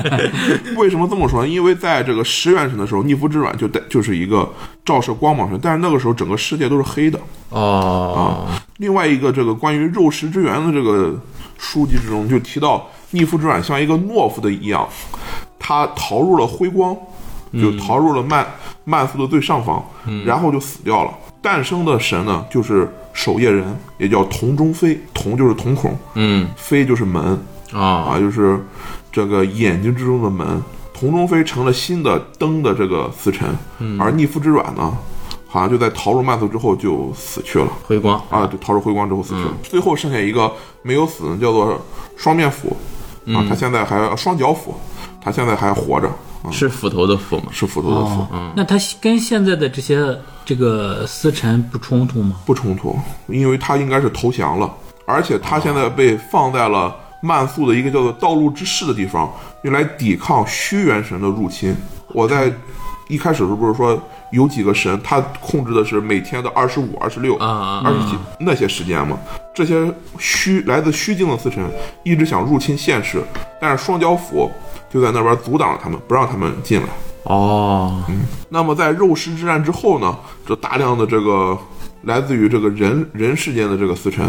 Speaker 3: 为什么这么说呢？因为在这个十元神的时候，逆夫之卵就带就是一个照射光芒神，但是那个时候整个世界都是黑的。
Speaker 5: 哦，
Speaker 3: 另外一个这个关于肉食之源的这个书籍之中就提到，逆夫之卵像一个懦夫的一样，他逃入了辉光，就逃入了曼曼苏的最上方，然后就死掉了。诞生的神呢，就是守夜人，也叫铜中飞，铜就是瞳孔，
Speaker 5: 嗯，
Speaker 3: 飞就是门，啊，
Speaker 5: 哦，
Speaker 3: 就是这个眼睛之中的门。铜中飞成了新的灯的这个司辰，而逆夫之卵呢，好像就在逃入曼苏之后就死去了。
Speaker 5: 辉光，
Speaker 3: 啊，对，逃出辉光之后死去了。最后剩下一个没有死的，叫做双面斧啊，他现在还双脚斧，他现在还活着啊，
Speaker 5: 是斧头的斧吗？
Speaker 3: 是斧头的斧，
Speaker 4: 哦那它跟现在的这些这个司辰不冲突吗？
Speaker 3: 不冲突，因为他应该是投降了，而且他现在被放在了曼宿的一个叫做道路之室的地方，用来抵抗虚元神的入侵。我在一开始的时候不是说有几个神，他控制的是每天的二十五、二十六、
Speaker 5: 啊啊
Speaker 3: 二十几那些时间嘛。这些虚来自虚境的四神一直想入侵现世，但是双脚斧就在那边阻挡了他们，不让他们进来。
Speaker 5: 哦，
Speaker 3: 那么在肉食之战之后呢，这大量的这个来自于这个人人世间的这个司辰，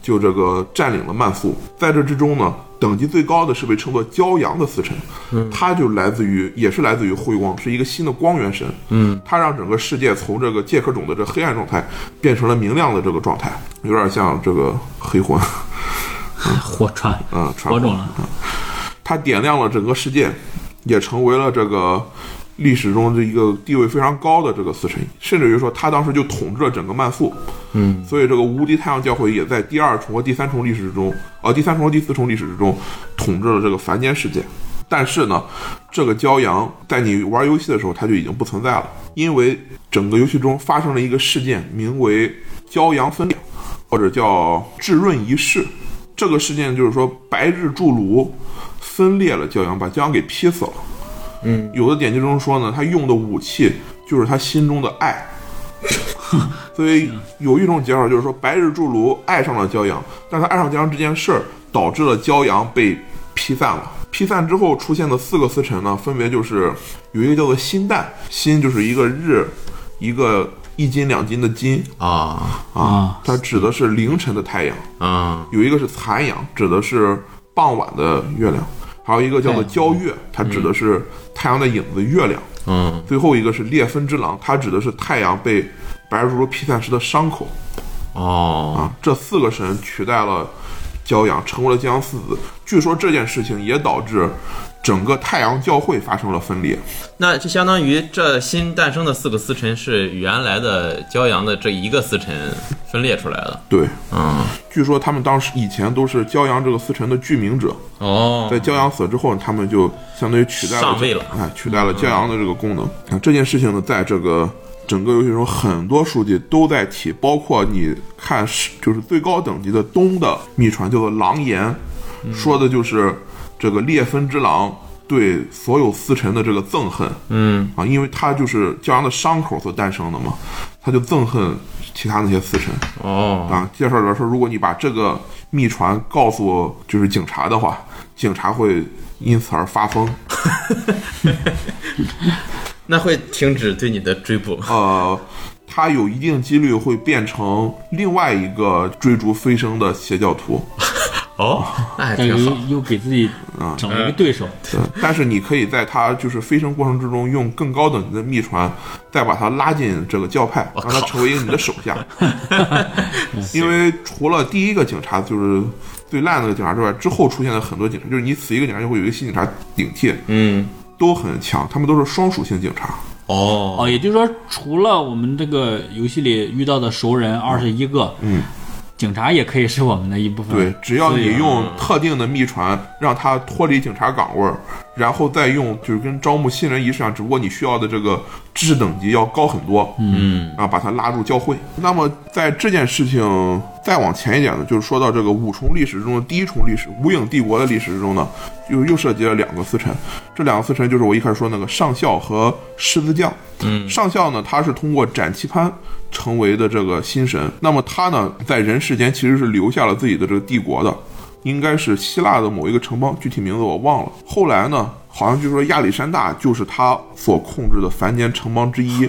Speaker 3: 就这个占领了曼宿。在这之中呢，等级最高的是被称作骄阳的司辰，
Speaker 4: 嗯
Speaker 3: 他就来自于也是来自于辉光，是一个新的光源神。嗯，他让整个世界从这个介壳种的这黑暗状态变成了明亮的这个状态，有点像这个黑魂
Speaker 4: 火传
Speaker 3: 啊，传
Speaker 4: 火
Speaker 3: 说
Speaker 4: 种了，
Speaker 5: 嗯
Speaker 3: 它点亮了整个世界，也成为了这个历史中的一个地位非常高的这个司神，甚至于说他当时就统治了整个曼宿。嗯，所以这个无敌太阳教会也在第二重和第三重历史之中，呃，第三重和第四重历史之中统治了这个凡间世界。但是呢，这个骄阳在你玩游戏的时候，它就已经不存在了，因为整个游戏中发生了一个事件，名为骄阳分裂，或者叫炙润仪式。这个事件就是说，白日筑炉分裂了骄阳，把骄阳给劈死了。嗯，有的典籍中说呢，他用的武器就是他心中的爱。所以有一种解法就是说，白日筑炉爱上了骄阳，但他爱上骄阳这件事儿导致了骄阳被劈散了。劈散之后出现的四个司辰呢，分别就是有一个叫做辛旦，辛就是一个日，一个一斤两斤的斤
Speaker 5: 啊
Speaker 3: 啊，它指的是凌晨的太阳。
Speaker 5: 啊
Speaker 3: 有一个是残阳，指的是傍晚的月亮；还有一个叫做交月，它指的是太阳的影子、月亮；
Speaker 5: 嗯
Speaker 3: 最后一个是裂分之狼，它指的是太阳被白如如劈散时的伤口。
Speaker 5: 哦
Speaker 3: 啊，这四个神取代了骄阳，成为了骄阳四子。据说这件事情也导致整个太阳教会发生了分裂。
Speaker 5: 那就相当于这新诞生的四个司辰是原来的骄阳的这一个司辰分裂出来的。
Speaker 3: 对，
Speaker 5: 嗯，
Speaker 3: 据说他们当时以前都是骄阳这个司辰的剧名者，
Speaker 5: 哦
Speaker 3: 在骄阳死了之后，他们就相当于取代了
Speaker 5: 上位了
Speaker 3: 哎，取代了骄阳的这个功能。啊，这件事情呢，在这个整个游戏中，很多书籍都在提，包括你看是就是最高等级的东的秘传叫做狼言，说的就是这个裂分之狼。对所有司臣的这个憎恨，嗯啊，因为他就是骄阳的伤口所诞生的嘛，他就憎恨其他那些司臣，
Speaker 5: 哦
Speaker 3: 啊，介绍里边说，如果你把这个秘传告诉就是警察的话，警察会因此而发疯。
Speaker 5: 那会停止对你的追捕吗？
Speaker 3: 呃，他有一定几率会变成另外一个追逐飞升的邪教徒。
Speaker 5: 哦，那还
Speaker 4: 感觉
Speaker 5: 挺好。嗯
Speaker 4: 又给自己整了一个对手，
Speaker 3: 对，嗯但是你可以在他就是飞升过程之中，用更高等级的秘传，再把他拉进这个教派，让他成为一个你的手下。因为除了第一个警察就是最烂的那个警察之外，之后出现了很多警察，就是你死一个警察，就会有一个新警察顶替。
Speaker 5: 嗯，
Speaker 3: 都很强，他们都是双属性警察。
Speaker 5: 哦
Speaker 4: 哦，也就是说，除了我们这个游戏里遇到的熟人二十一个，
Speaker 3: 嗯，
Speaker 4: 警察也可以是我们的一部分。
Speaker 3: 对，只要
Speaker 4: 所以嗯
Speaker 3: 你用特定的秘传让他脱离警察岗位儿，然后再用就是跟招募新人仪式啊上，只不过你需要的这个知识等级要高很多，嗯，啊，把它拉入教会。那么在这件事情再往前一点呢，就是说到这个五重历史中的第一重历史——无影帝国的历史中呢，又又涉及了两个司辰，这两个司辰就是我一开始说那个上校和狮子将。嗯，上校呢，他是通过斩棋盘成为的这个新神，那么他呢，在人世间其实是留下了自己的这个帝国的。应该是希腊的某一个城邦，具体名字我忘了。后来呢，好像据说亚历山大就是他所控制的凡间城邦之一。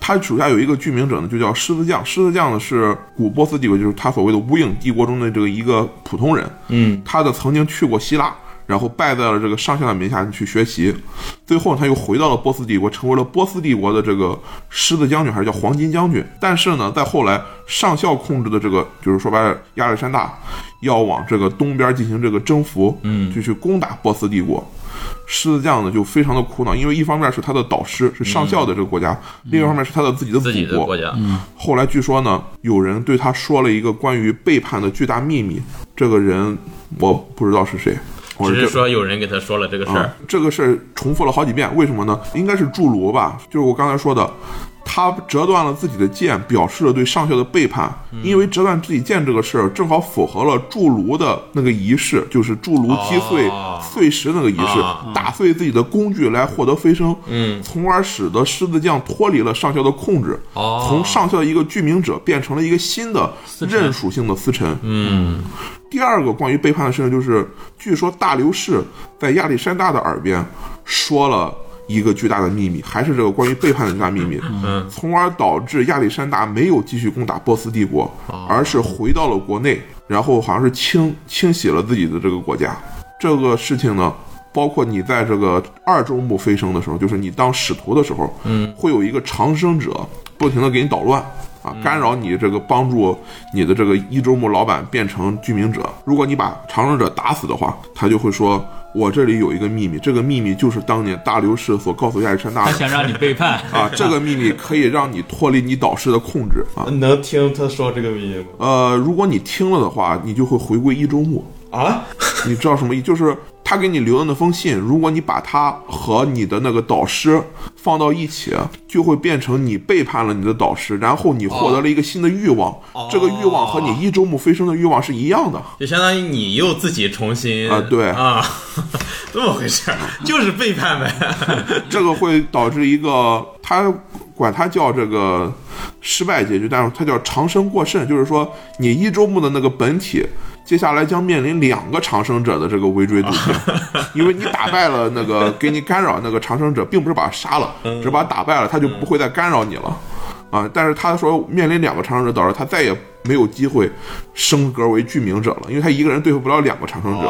Speaker 3: 他手下有一个剧名者呢，就叫狮子将。狮子将呢是古波斯帝国，就是他所谓的无影帝国中的这个一个普通人。嗯，他的曾经去过希腊，然后拜在了这个上校的名下去学习，最后他又回到了波斯帝国，成为了波斯帝国的这个狮子将军，还是叫黄金将军。但是呢，在后来上校控制的这个，就是说白了亚历山大要往这个东边进行这个征服，嗯，就去攻打波斯帝国。狮子将呢就非常的苦恼，因为一方面是他的导师是上校的这个国家，另一方面是他的自己的
Speaker 5: 嗯自己的
Speaker 3: 祖国
Speaker 5: 国。家，
Speaker 3: 后来据说呢，有人对他说了一个关于背叛的巨大秘密，这个人我不知道是谁。我
Speaker 5: 只
Speaker 3: 这
Speaker 5: 是说有人给他说了这个事儿
Speaker 3: 啊，这个事儿重复了好几遍，为什么呢？应该是侏儒吧，就是我刚才说的，他折断了自己的剑，表示了对上校的背叛。
Speaker 5: 嗯
Speaker 3: 因为折断自己剑这个事儿，正好符合了侏儒的那个仪式，就是侏儒击碎、
Speaker 5: 哦
Speaker 3: 碎石那个仪式，
Speaker 5: 啊
Speaker 3: 打碎自己的工具来获得飞升，
Speaker 5: 嗯，
Speaker 3: 从而使得狮子将脱离了上校的控制，
Speaker 5: 哦
Speaker 3: 从上校的一个居民者变成了一个新的认属性的司臣。
Speaker 5: 嗯，
Speaker 3: 第二个关于背叛的事情就是，据说大流士在亚历山大的耳边说了一个巨大的秘密，还是这个关于背叛的巨大秘密，
Speaker 5: 嗯
Speaker 3: 从而导致亚历山大没有继续攻打波斯帝国，而是回到了国内，然后好像是清清洗了自己的这个国家。这个事情呢，包括你在这个二周目飞升的时候，就是你当使徒的时候，
Speaker 5: 嗯，
Speaker 3: 会有一个长生者不停的给你捣乱。啊，干扰你这个帮助你的这个一周目老板变成居民者。如果你把长生者打死的话，他就会说：“我这里有一个秘密，这个秘密就是当年大流士所告诉亚历山大
Speaker 4: 他
Speaker 3: 的
Speaker 4: 想让你背叛，
Speaker 3: 啊，这个秘密可以让你脱离你导师的控制啊。
Speaker 5: 嗯
Speaker 6: 能听他说这个秘密吗？
Speaker 3: 呃，如果你听了的话，你就会回归一周目。
Speaker 6: 啊，
Speaker 3: 你知道什么意思？就是他给你留的那封信，如果你把它和你的那个导师放到一起，就会变成你背叛了你的导师，然后你获得了一个新的欲望。这个欲望和你一周目飞升的欲望是一样的。
Speaker 5: 就相当于你又自己重新
Speaker 3: 啊对
Speaker 5: 啊， 这么回事儿，就是背叛 呗，
Speaker 3: 这个会导致一个他管它叫这个失败结局，但是它叫长生过剩，就是说你一周目的那个本体，接下来将面临两个长生者的这个围追堵截，因为你打败了那个给你干扰那个长生者，并不是把他杀了，只是把他打败了，他就不会再干扰你了。啊！但是他说面临两个长生者，导致他再也没有机会升格为具名者了，因为他一个人对付不了两个长生者。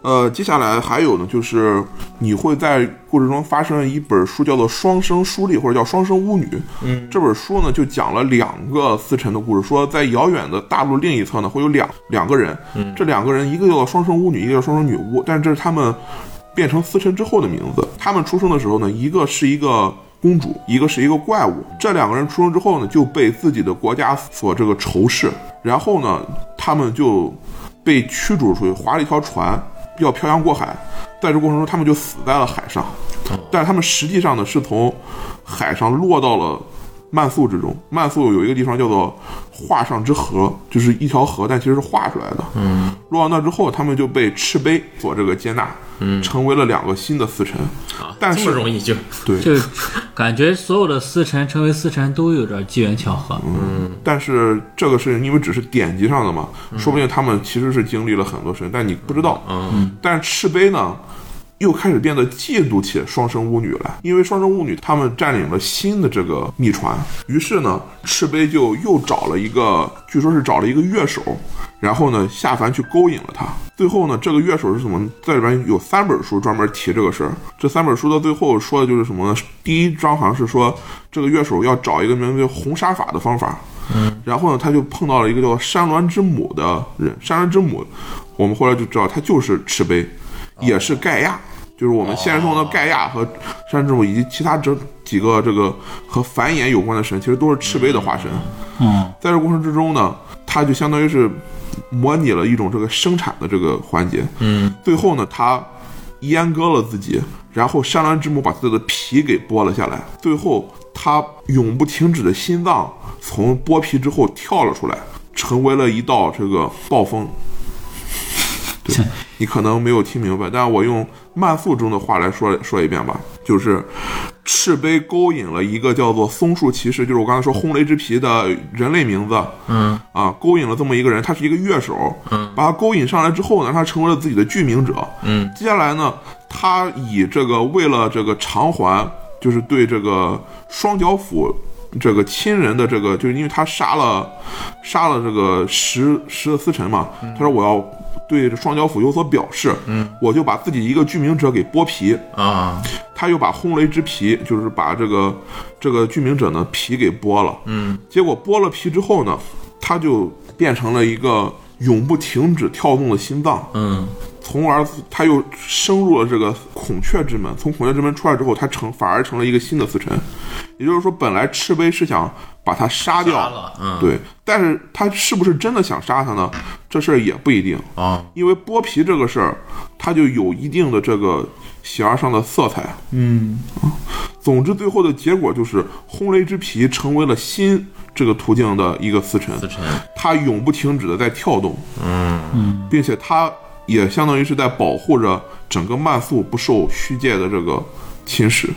Speaker 3: 呃，接下来还有呢，就是你会在故事中发生一本书，叫做《双生书吏》或者叫《双生巫女》。嗯，这本书呢就讲了两个司辰的故事，说在遥远的大陆另一侧呢会有两两个人，这两个人一个叫做双生巫女，一个叫双生女巫，但是这是他们变成司辰之后的名字。他们出生的时候呢，一个是一个公主，一个是一个怪物。这两个人出生之后呢，就被自己的国家所这个仇视，然后呢，他们就被驱逐出去，划了一条船，要漂洋过海。在这过程中，他们就死在了海上，但是他们实际上呢，是从海上落到了。曼宿之中，曼宿有一个地方叫做画上之河，就是一条河，但其实是画出来的。嗯，落到那之后，他们就被赤碑所这个接纳，嗯，成为了两个新的司辰。但
Speaker 5: 这么
Speaker 3: 是
Speaker 5: 容易就
Speaker 3: 对，
Speaker 4: 就感觉所有的司辰成为司辰都有点机缘巧合。
Speaker 5: 嗯
Speaker 3: 但是这个事情因为只是典籍上的嘛，说不定他们其实是经历了很多事情，但你不知道。嗯，但是赤碑呢，又开始变得嫉妒起双生巫女来，因为双生巫女他们占领了新的这个秘传，于是呢，赤碑就又找了一个，据说是找了一个乐手，然后呢下凡去勾引了他。最后呢，这个乐手是怎么？在里边有三本书专门提这个事儿。这三本书的最后说的就是什么呢？第一章好像是说这个乐手要找一个名字叫红沙法的方法，然后呢，他就碰到了一个叫山峦之母的人。山峦之母，我们后来就知道他就是赤碑，也是盖亚，就是我们现实中的盖亚和山峦之母以及其他这几个这个和繁衍有关的神，其实都是赤碑的化身。
Speaker 4: 嗯，
Speaker 3: 在这过程之中呢，他就相当于是模拟了一种这个生产的这个环节。嗯，最后呢，他阉割了自己，然后山峦之母把他的皮给剥了下来，最后他永不停止的心脏从剥皮之后跳了出来，成为了一道这个暴风。对你可能没有听明白，但我用慢速中的话来说说一遍吧，就是赤碑勾引了一个叫做松树骑士，就是我刚才说轰雷之皮的人类名字，嗯啊，勾引了这么一个人，他是一个乐手，嗯，把他勾引上来之后呢，他成为了自己的剧名者，嗯，接下来呢，他以这个为了这个偿还，就是对这个双脚斧。这个亲人的这个，就是因为他杀了，杀了这个十十的司辰嘛，他说我要对这双脚斧有所表示，嗯，我就把自己一个剧名者给剥皮，
Speaker 5: 啊，
Speaker 3: 他又把轰雷之皮，就是把这个这个剧名者呢皮给剥了，嗯，结果剥了皮之后呢，他就变成了一个永不停止跳动的心脏，
Speaker 5: 嗯，
Speaker 3: 从而他又升入了这个孔雀之门。从孔雀之门出来之后，他成反而成了一个新的司辰，也就是说，本来赤碑是想把他杀掉，
Speaker 5: 杀了嗯
Speaker 3: 对，但是他是不是真的想杀他呢？这事儿也不一定，
Speaker 5: 啊，
Speaker 3: 因为剥皮这个事儿，它就有一定的这个形而上的色彩。嗯，总之最后的结果就是轰雷之皮成为了新这个途径的一个司辰，
Speaker 5: 思辰，
Speaker 3: 它永不停止的在跳动。嗯，并且它也相当于是在保护着整个慢速不受虚界的这个侵蚀。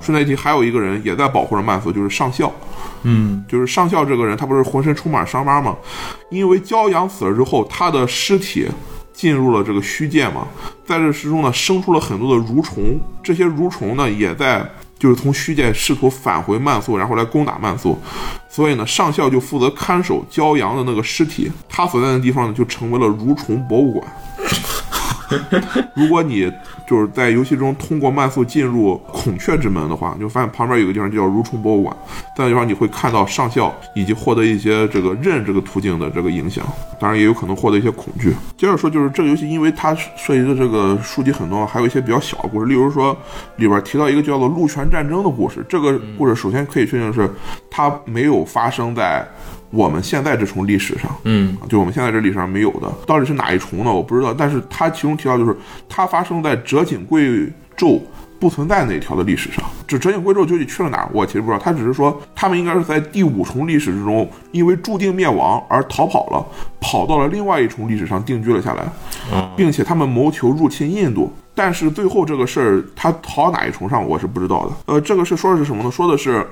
Speaker 3: 顺带一提，还有一个人也在保护着慢速，就是上校。就是上校这个人，他不是浑身充满伤疤吗？因为骄阳死了之后，他的尸体进入了这个虚界嘛，在这之中呢，生出了很多的蠕虫，这些蠕虫呢，也在就是从虚界试图返回慢速，然后来攻打慢速。所以呢，上校就负责看守骄阳的那个尸体，他所在的地方呢，就成为了蠕虫博物馆。如果你就是在游戏中通过慢速进入孔雀之门的话，你就发现旁边有个地方就叫蠕虫博物馆，在那地方你会看到上校以及获得一些这个刃这个途径的这个影响，当然也有可能获得一些恐惧。接着说就是这个游戏，因为它涉及的这个书籍很多，还有一些比较小的故事，例如说里边提到一个叫做鹿泉战争的故事，这个故事首先可以确定是它没有发生在。我们现在这重历史上，
Speaker 5: 嗯，
Speaker 3: 就我们现在这历史上没有的，到底是哪一重呢？我不知道。但是它其中提到就是它发生在折颈贵胄不存在那一条的历史上。这折颈贵胄究竟去了哪儿？我其实不知道。他只是说他们应该是在第五重历史之中，因为注定灭亡而逃跑了，跑到了另外一重历史上定居了下来，并且他们谋求入侵印度。但是最后这个事儿，他逃哪一重上我是不知道的。呃，这个事说的是什么呢？说的是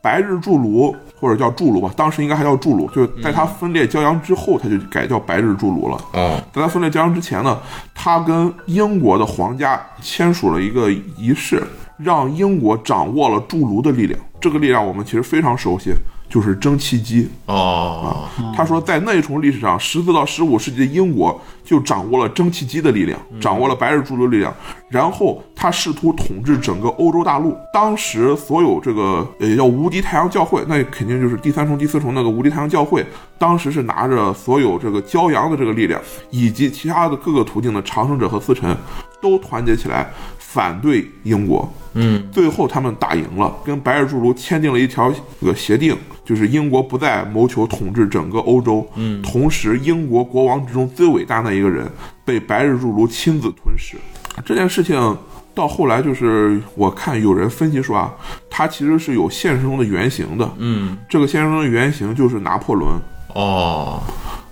Speaker 3: 白日筑炉，或者叫筑炉吧，当时应该还叫筑炉，就是在它分裂骄阳之后，它就改叫白日筑炉了。
Speaker 5: 哦，
Speaker 3: 在它分裂骄阳之前呢，他跟英国的皇家签署了一个仪式，让英国掌握了筑炉的力量。这个力量我们其实非常熟悉，就是蒸汽机。
Speaker 5: 哦，
Speaker 3: 他说，在那一重历史上，十四到十五世纪的英国就掌握了蒸汽机的力量，掌握了白日诸流力量，然后他试图统治整个欧洲大陆。当时所有这个呃叫无敌太阳教会，那肯定就是第三重、第四重那个无敌太阳教会，当时是拿着所有这个骄阳的这个力量，以及其他的各个途径的长生者和司辰，都团结起来反对英国。
Speaker 5: 嗯
Speaker 3: 最后他们打赢了，跟白日诸卢签订了一条这个协定，就是英国不再谋求统治整个欧洲，嗯，同时英国国王之中最伟大那一个人被白日诸卢亲自吞噬，这件事情。到后来就是我看有人分析说啊，它其实是有现实中的原型的，
Speaker 5: 嗯，
Speaker 3: 这个现实中的原型就是拿破仑，
Speaker 5: 哦，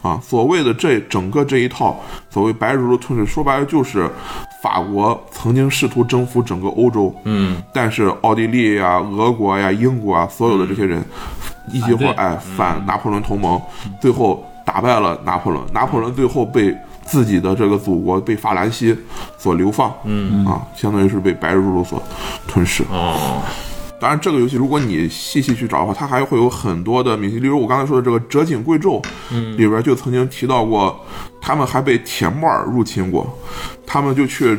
Speaker 3: 啊，所谓的这整个这一套所谓白如的吞噬，说白了就是法国曾经试图征服整个欧洲，
Speaker 5: 嗯，
Speaker 3: 但是奥地利呀、俄国呀、英国啊，所有的这些人一起伙
Speaker 4: 反对
Speaker 3: 哎反拿破仑同盟，最后打败了拿破仑，拿破仑最后被。自己的这个祖国被法兰西所流放，嗯啊，相当于是被白日入所吞噬。
Speaker 5: 哦，
Speaker 3: 当然，这个游戏如果你细细去找的话，它还会有很多的明星，例如我刚才说的这个《折颈贵胄》，里边就曾经提到过，他们还被铁木尔入侵过，他们就去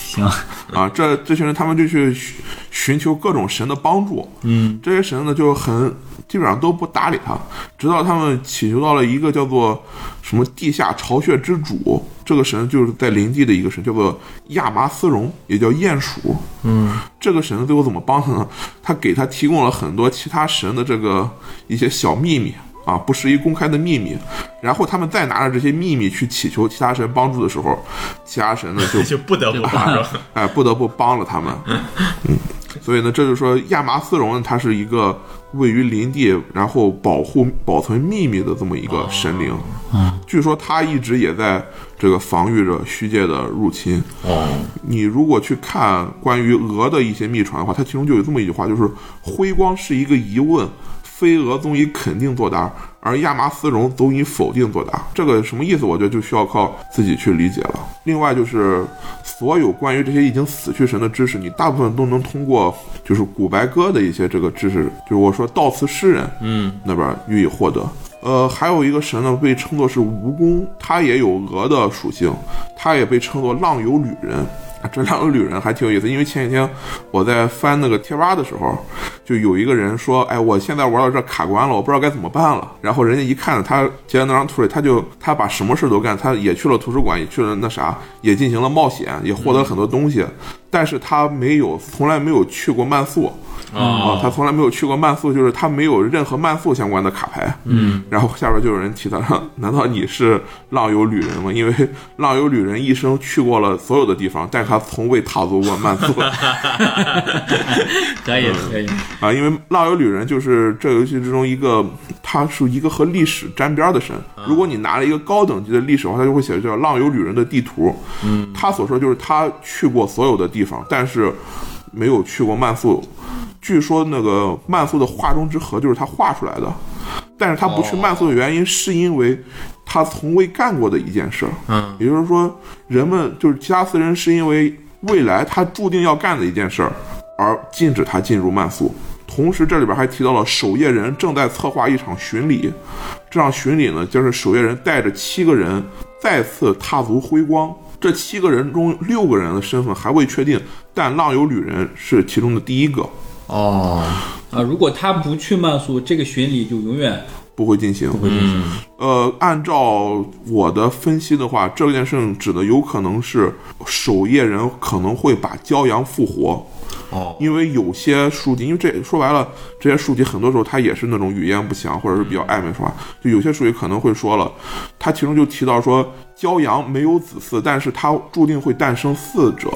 Speaker 4: 行，
Speaker 3: 啊，这这群人他们就去寻寻求各种神的帮助，嗯，这些神呢就很基本上都不搭理他，直到他们祈求到了一个叫做什么地下巢穴之主，这个神就是在林地的一个神，叫做亚麻丝绒，也叫鼹鼠，嗯，这个神最后怎么帮他呢？他给他提供了很多其他神的这个一些小秘密，啊，不适宜公开的秘密。然后他们再拿着这些秘密去祈求其他神帮助的时候，其他神 呢就
Speaker 5: 就不得不 帮助。
Speaker 3: 哎不得不帮了他们。嗯，所以呢，这就是说亚麻丝绒呢，它是一个位于林地，然后保护保存秘密的这么一个神灵。据说它一直也在这个防御着虚界的入侵。
Speaker 5: 哦，
Speaker 3: 你如果去看关于俄的一些秘传的话，它其中就有这么一句话，就是“辉光是一个疑问，非俄总以肯定作答，而亚麻丝绒总以否定作答”。这个什么意思？我觉得就需要靠自己去理解了。另外就是，所有关于这些已经死去神的知识，你大部分都能通过就是古白歌的一些这个知识，就是我说悼词诗人，嗯，那边予以获得。呃，还有一个神呢，被称作是蜈蚣，它也有鹅的属性，它也被称作浪游旅人。啊这两个旅人还挺有意思，因为前几天我在翻那个贴吧的时候，就有一个人说：“哎，我现在玩到这卡关了，我不知道该怎么办了。”然后人家一看他截了那张图里，他就他把什么事都干，他也去了图书馆，也去了那啥，也进行了冒险，也获得了很多东西，但是他没有从来没有去过慢速。啊，他从来没有去过慢速，就是他没有任何慢速相关的卡牌。嗯，然后下边就有人提他了，难道你是浪游旅人吗？因为浪游旅人一生去过了所有的地方，但是他从未踏足 过慢速
Speaker 4: 可以可
Speaker 5: 嗯
Speaker 4: 以，
Speaker 3: 啊。因为浪游旅人就是这游戏之中一个，他是一个和历史沾边的神。如果你拿了一个高等级的历史的话，他就会写叫浪游旅人的地图。嗯，他所说就是他去过所有的地方，但是没有去过慢速。据说那个慢速的画中之河就是他画出来的，但是他不去慢速的原因是因为他从未干过的一件事儿。
Speaker 5: 嗯，
Speaker 3: 也就是说，人们就是其他斯人是因为未来他注定要干的一件事儿而禁止他进入慢速。同时，这里边还提到了守夜人正在策划一场巡礼，这场巡礼呢，就是守夜人带着七个人再次踏足辉光。这七个人中，六个人的身份还未确定，但浪游旅人是其中的第一个。
Speaker 5: 哦，
Speaker 4: 啊，如果他不去慢速，这个巡礼就永远
Speaker 3: 不会进行。
Speaker 5: 嗯
Speaker 3: 呃，按照我的分析的话，这件事情指的有可能是守夜人可能会把骄阳复活。
Speaker 5: 哦，
Speaker 3: 因为有些书籍，因为这说白了，这些书籍很多时候它也是那种语言不详，或者是比较暧昧说话。就有些书籍可能会说了，它其中就提到说，骄阳没有子嗣，但是它注定会诞生四者，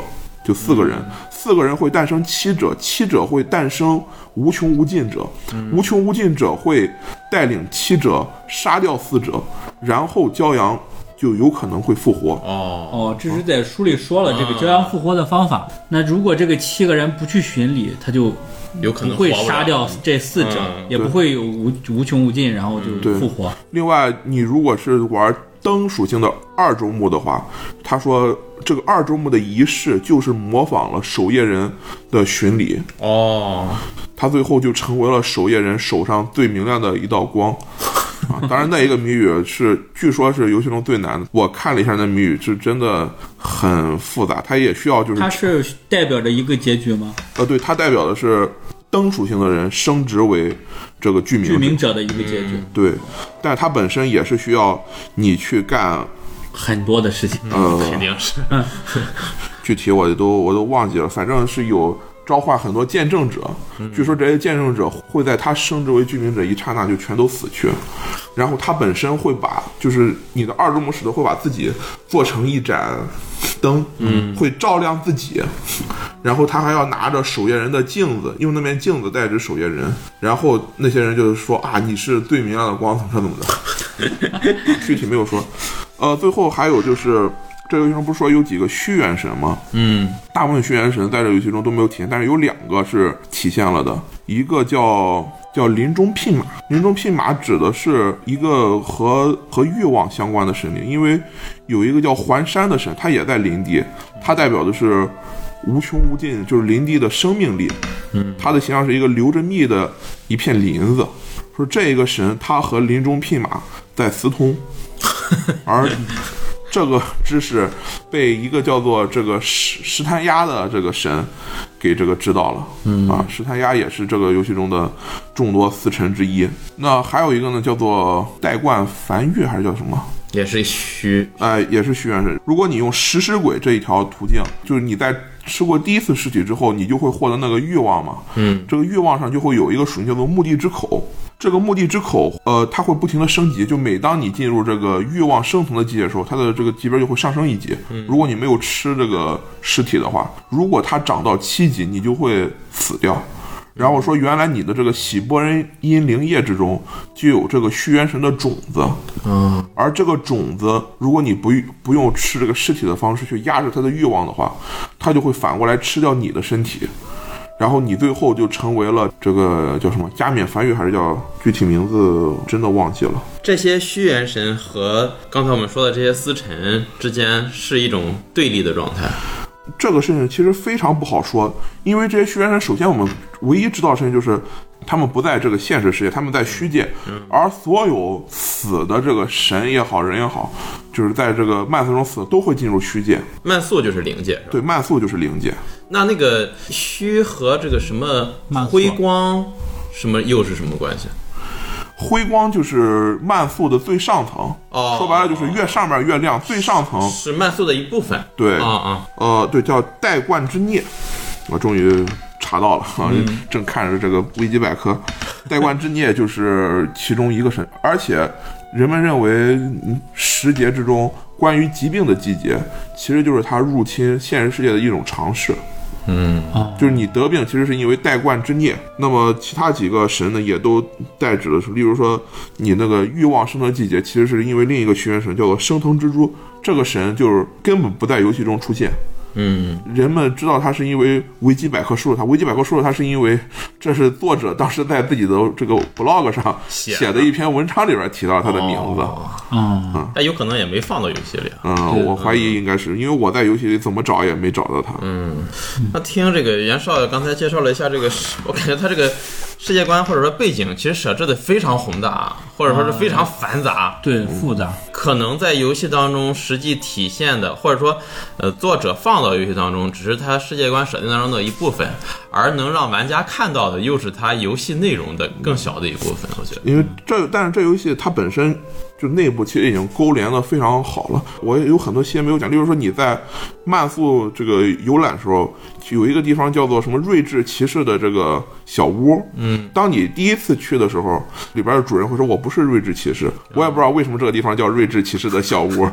Speaker 3: 就四个人，四个人会诞生七者，七者会诞生无穷无尽者，无穷无尽者会带领七者杀掉四者，然后骄阳就有可能会复活。
Speaker 5: 哦，
Speaker 4: 哦，这是在书里说了这个骄阳复活的方
Speaker 5: 嗯
Speaker 4: 法。那如果这个七个人不去巡礼，他就
Speaker 5: 有可
Speaker 4: 不
Speaker 5: 能
Speaker 4: 会
Speaker 5: 活不了
Speaker 4: 杀掉这四者，
Speaker 5: 嗯
Speaker 4: 也不会有无无穷无尽，然后就
Speaker 3: 对
Speaker 4: 复活。
Speaker 3: 另外，你如果是玩灯属性的二周目的话，他说这个二周目的仪式就是模仿了守夜人的巡礼，
Speaker 5: 哦，
Speaker 3: 他最后就成为了守夜人手上最明亮的一道光。 啊，当然那一个谜语是，据说是游戏中最难的。我看了一下那谜语，是真的很复杂，它也需要就是
Speaker 4: 它是代表着一个结局吗？
Speaker 3: 呃，对，它代表的是灯属性的人升职为这个居民
Speaker 4: 剧名者的一个结局，
Speaker 3: 对，但是它本身也是需要你去干
Speaker 4: 很多的事情。
Speaker 3: 呃
Speaker 5: 肯定是
Speaker 3: 具体我都我都忘记了，反正是有召唤很多见证者，据说这些见证者会在他升职为居民者一刹那就全都死去，然后他本身会把就是你的二周目使得会把自己做成一盏灯，嗯，会照亮自己，然后他还要拿着守夜人的镜子，用那面镜子代指守夜人，然后那些人就是说啊，你是最明亮的光，怎么着怎么着。 具体没有说。呃，最后还有就是，这个游戏中不是说有几个虚元神吗？嗯，大部分虚元神在这个游戏中都没有体现，但是有两个是体现了的，一个叫。叫林中聘马，林中聘马指的是一个和和欲望相关的神灵，因为有一个叫环山的神，他也在林地，他代表的是无穷无尽，就是林地的生命力。嗯，他的形象是一个流着蜜的一片林子。说这个神他和林中聘马在私通，而这个知识被一个叫做这个石石炭鸭的这个神给这个知道了。嗯啊，石炭鸭也是这个游戏中的众多四神之一。那还有一个呢，叫做代冠繁玉还是叫什么？
Speaker 5: 也是虚
Speaker 3: 哎，也是虚元神。如果你用食尸鬼这一条途径，就是你在吃过第一次尸体之后，你就会获得那个欲望嘛。
Speaker 5: 嗯，
Speaker 3: 这个欲望上就会有一个属性叫做墓地之口。这个墓地之口，呃，它会不停的升级。就每当你进入这个欲望升层的季节的时候，它的这个级别就会上升一级。如果你没有吃这个尸体的话，如果它长到七级，你就会死掉。然后说，原来你的这个喜波人阴灵液之中就有这个虚元神的种子，嗯，而这个种子，如果你不不用吃这个尸体的方式去压制它的欲望的话，它就会反过来吃掉你的身体，然后你最后就成为了这个叫什么加冕梵语，还是叫具体名字真的忘记了。
Speaker 5: 这些虚元神和刚才我们说的这些司辰之间是一种对立的状态。
Speaker 3: 这个事情其实非常不好说，因为这些学员，首先我们唯一知道的事情就是，他们不在这个现实世界，他们在虚界，而所有死的这个神也好，人也好，就是在这个慢速中死的都会进入虚界。
Speaker 5: 慢速就是灵界，是吧？
Speaker 3: 对，慢速就是灵界，
Speaker 5: 那那个虚和这个什么
Speaker 4: 慢速
Speaker 5: 辉光什么又是什么关系？
Speaker 3: 辉光就是慢速的最上层。
Speaker 5: 哦
Speaker 3: 说白了就是越上面越亮，最上层。
Speaker 5: 是慢速的一部分。
Speaker 3: 对，
Speaker 5: 啊啊，
Speaker 3: 呃，对，叫代冠之孽，我终于查到了啊！ 正看着这个维基百科，代冠之孽就是其中一个神，而且人们认为嗯时节之中关于疾病的季节，其实就是它入侵现实世界的一种尝试。
Speaker 5: 嗯
Speaker 4: 哦
Speaker 3: 就是你得病其实是因为代冠之孽。那么其他几个神呢，也都代指的是，例如说你那个欲望升腾季节，其实是因为另一个屈原神叫做升腾蜘蛛，这个神就是根本不在游戏中出现。
Speaker 5: 嗯，
Speaker 3: 人们知道他是因为维基百科输入他，维基百科输入他是因为这是作者当时在自己的这个 blog 上
Speaker 5: 写
Speaker 3: 写的一篇文章里边提到他的名字。
Speaker 5: 哦
Speaker 4: 嗯，
Speaker 5: 但有可能也没放到游戏里啊。
Speaker 3: 嗯，我怀疑应该是因为我在游戏里怎么找也没找到他。
Speaker 5: 那听这个袁绍刚才介绍了一下这个世，我感觉他这个世界观或者说背景其实设置的非常宏大，啊或者说是非常繁杂，
Speaker 3: 嗯
Speaker 4: 对，复杂，
Speaker 5: 可能在游戏当中实际体现的，或者说呃作者放到游戏当中，只是他世界观设定当中的一部分，而能让玩家看到的又是他游戏内容的更小的一部分。我觉得，
Speaker 3: 因为这，但是这游戏它本身就内部其实已经勾连的非常好了。我也有很多细节没有讲，例如说你在慢速这个游览的时候，有一个地方叫做什么“睿智骑士”的这个小屋。嗯，当你第一次去的时候，里边的主人会说：“我不是睿智骑士。”我也不知道为什么这个地方叫“睿智骑士”的小屋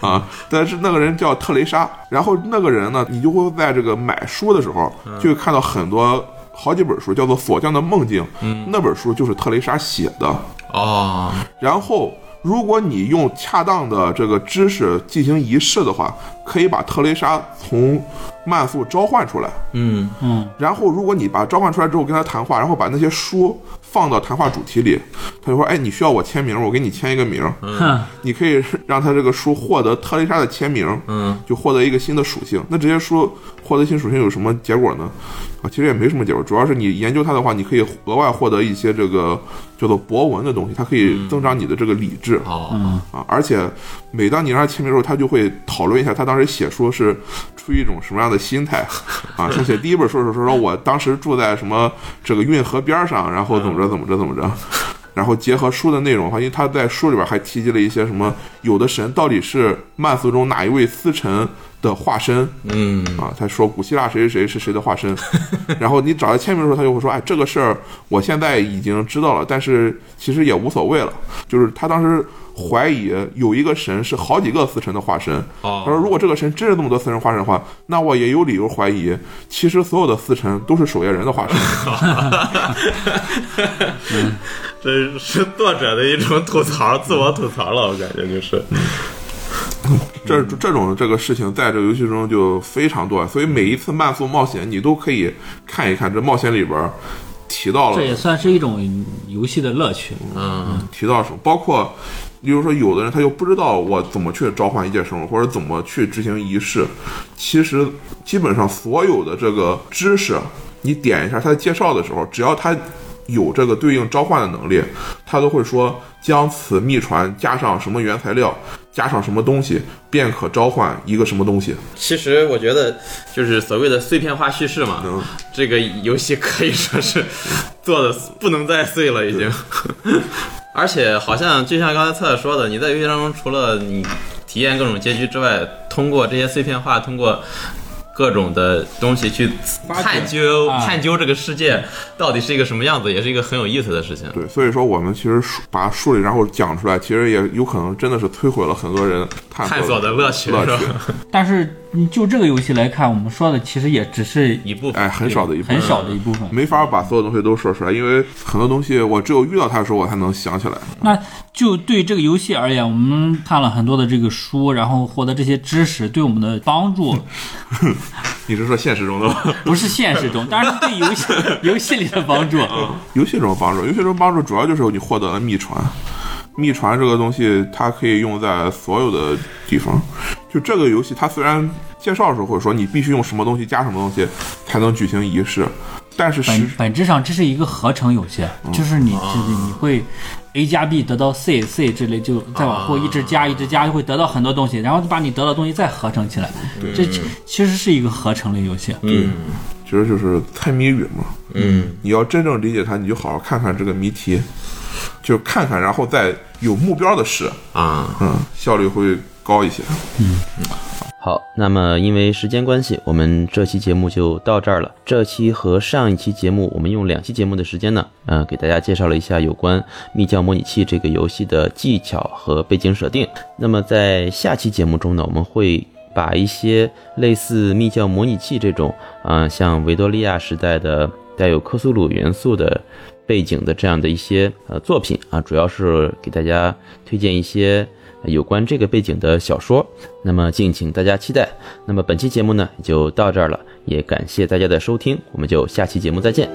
Speaker 3: 啊。但是那个人叫特雷莎，然后那个人呢，你就会在这个买书的时候，就会看到很多。好几本书叫做《锁匠的梦境》，嗯、那本书就是特雷莎写的。
Speaker 5: 哦，
Speaker 3: 然后，如果你用恰当的这个知识进行仪式的话，可以把特雷莎从慢速召唤出来。
Speaker 5: 嗯，
Speaker 4: 嗯，
Speaker 3: 然后，如果你把召唤出来之后跟他谈话，然后把那些书放到谈话主题里，他就说：“哎，你需要我签名，我给你签一个名。
Speaker 4: 哼，
Speaker 3: 你可以让他这个书获得特雷莎的签名，
Speaker 5: 嗯，
Speaker 3: 就获得一个新的属性。那这些书获得新属性有什么结果呢？啊，其实也没什么结果，主要是你研究它的话，你可以额外获得一些这个叫做博文的东西，它可以增长你的这个理智。
Speaker 5: 哦，
Speaker 3: 啊，而且每当你让他签名的时候，他就会讨论一下他当时写书是出于一种什么样的心态啊。像写第一本书的时候，说我当时住在什么这个运河边上，然后怎么着怎么着怎么着。然后结合书的内容的话，因为他在书里边还提及了一些什么，有的神到底是曼俗中哪一位司臣的化身，
Speaker 5: 嗯，
Speaker 3: 啊，他说古希腊谁谁谁是谁的化 身，然后你找他签名的时候，他就会说，哎，这个事儿我现在已经知道了，但是其实也无所谓了。就是他当时怀疑有一个神是好几个司神的化身，
Speaker 5: 哦
Speaker 3: 他说如果这个神真是这么多司神化身的话，那我也有理由怀疑，其实所有的司神都是守夜人的化 身。
Speaker 5: 这是作者的一种吐槽，自我吐槽了，我感觉就是，
Speaker 3: 这这种这个事情在这个游戏中就非常多，所以每一次慢速冒险你都可以看一看这冒险里边儿提到了
Speaker 4: 这也算是一种游戏的乐趣，
Speaker 5: 嗯，
Speaker 3: 提到什么，包括，例如说，有的人他就不知道我怎么去召唤一介生物，或者怎么去执行仪式。其实，基本上所有的这个知识，你点一下它的介绍的时候，只要它有这个对应召唤的能力，它都会说将此秘传加上什么原材料，加上什么东西，便可召唤一个什么东西。
Speaker 5: 其实我觉得就是所谓的碎片化叙事嘛，
Speaker 3: 嗯
Speaker 5: 这个游戏可以说是做的不能再碎了，已经。
Speaker 3: 嗯
Speaker 5: 而且好像就像刚才策策说的，你在游戏当中除了你体验各种结局之外，通过这些碎片化，通过
Speaker 7: 各种的东西去探究、
Speaker 4: 啊
Speaker 7: 探究这个世界到底是一个什么样子，也是一个很有意思的事情。
Speaker 3: 对，所以说我们其实梳把梳理然后讲出来，其实也有可能真的是摧毁了很多人探
Speaker 7: 探索
Speaker 3: 索
Speaker 7: 的乐趣
Speaker 3: 乐
Speaker 7: 是
Speaker 3: 趣，
Speaker 7: 吧？
Speaker 4: 但是你就这个游戏来看，我们说的其实也只是
Speaker 7: 一部分
Speaker 3: 哎，很少的一部分
Speaker 4: 很，少的一部分。
Speaker 3: 没法把所有东西都说出来，因为很多东西我只有遇到它的时候我才能想起来。
Speaker 4: 那就对这个游戏而言，我们看了很多的这个书，然后获得这些知识，对我们的帮助
Speaker 3: 你是说现实中的吗？
Speaker 4: 不是现实 中，当然是对游戏游戏里的帮助。
Speaker 3: 游戏中帮助，游戏中帮助主要就是你获得了秘传。秘传这个东西，它可以用在所有的地方。就这个游戏，它虽然介绍的时候会说你必须用什么东西加什么东西才能举行仪式，但是实
Speaker 4: 本本质上这是一个合成游戏，就是你就是你会 A 加 B 得到 C，C 这类就再往后一直加一直加，就会得到很多东西，然后就把你得到的东西再合成起来。这其其实是一个合成类游戏。
Speaker 7: 嗯
Speaker 3: 其实就是猜谜语嘛。
Speaker 7: 嗯，
Speaker 3: 你要真正理解它，你就好好看看这个谜题，就看看，然后再有目标的试，
Speaker 7: 啊，
Speaker 3: 嗯，效率会高一些。
Speaker 5: 好，那么因为时间关系，我们这期节目就到这儿了。这期和上一期节目，我们用两期节目的时间呢，呃，给大家介绍了一下有关《密教模拟器》这个游戏的技巧和背景设定。那么在下期节目中呢，我们会把一些类似《密教模拟器》这种，啊、像维多利亚时代的带有科苏鲁元素的背景的这样的一些呃作品啊，主要是给大家推荐一些呃有关这个背景的小说。那么敬请大家期待。那么本期节目呢也就到这儿了，也感谢大家的收听，我们就下期节目再见。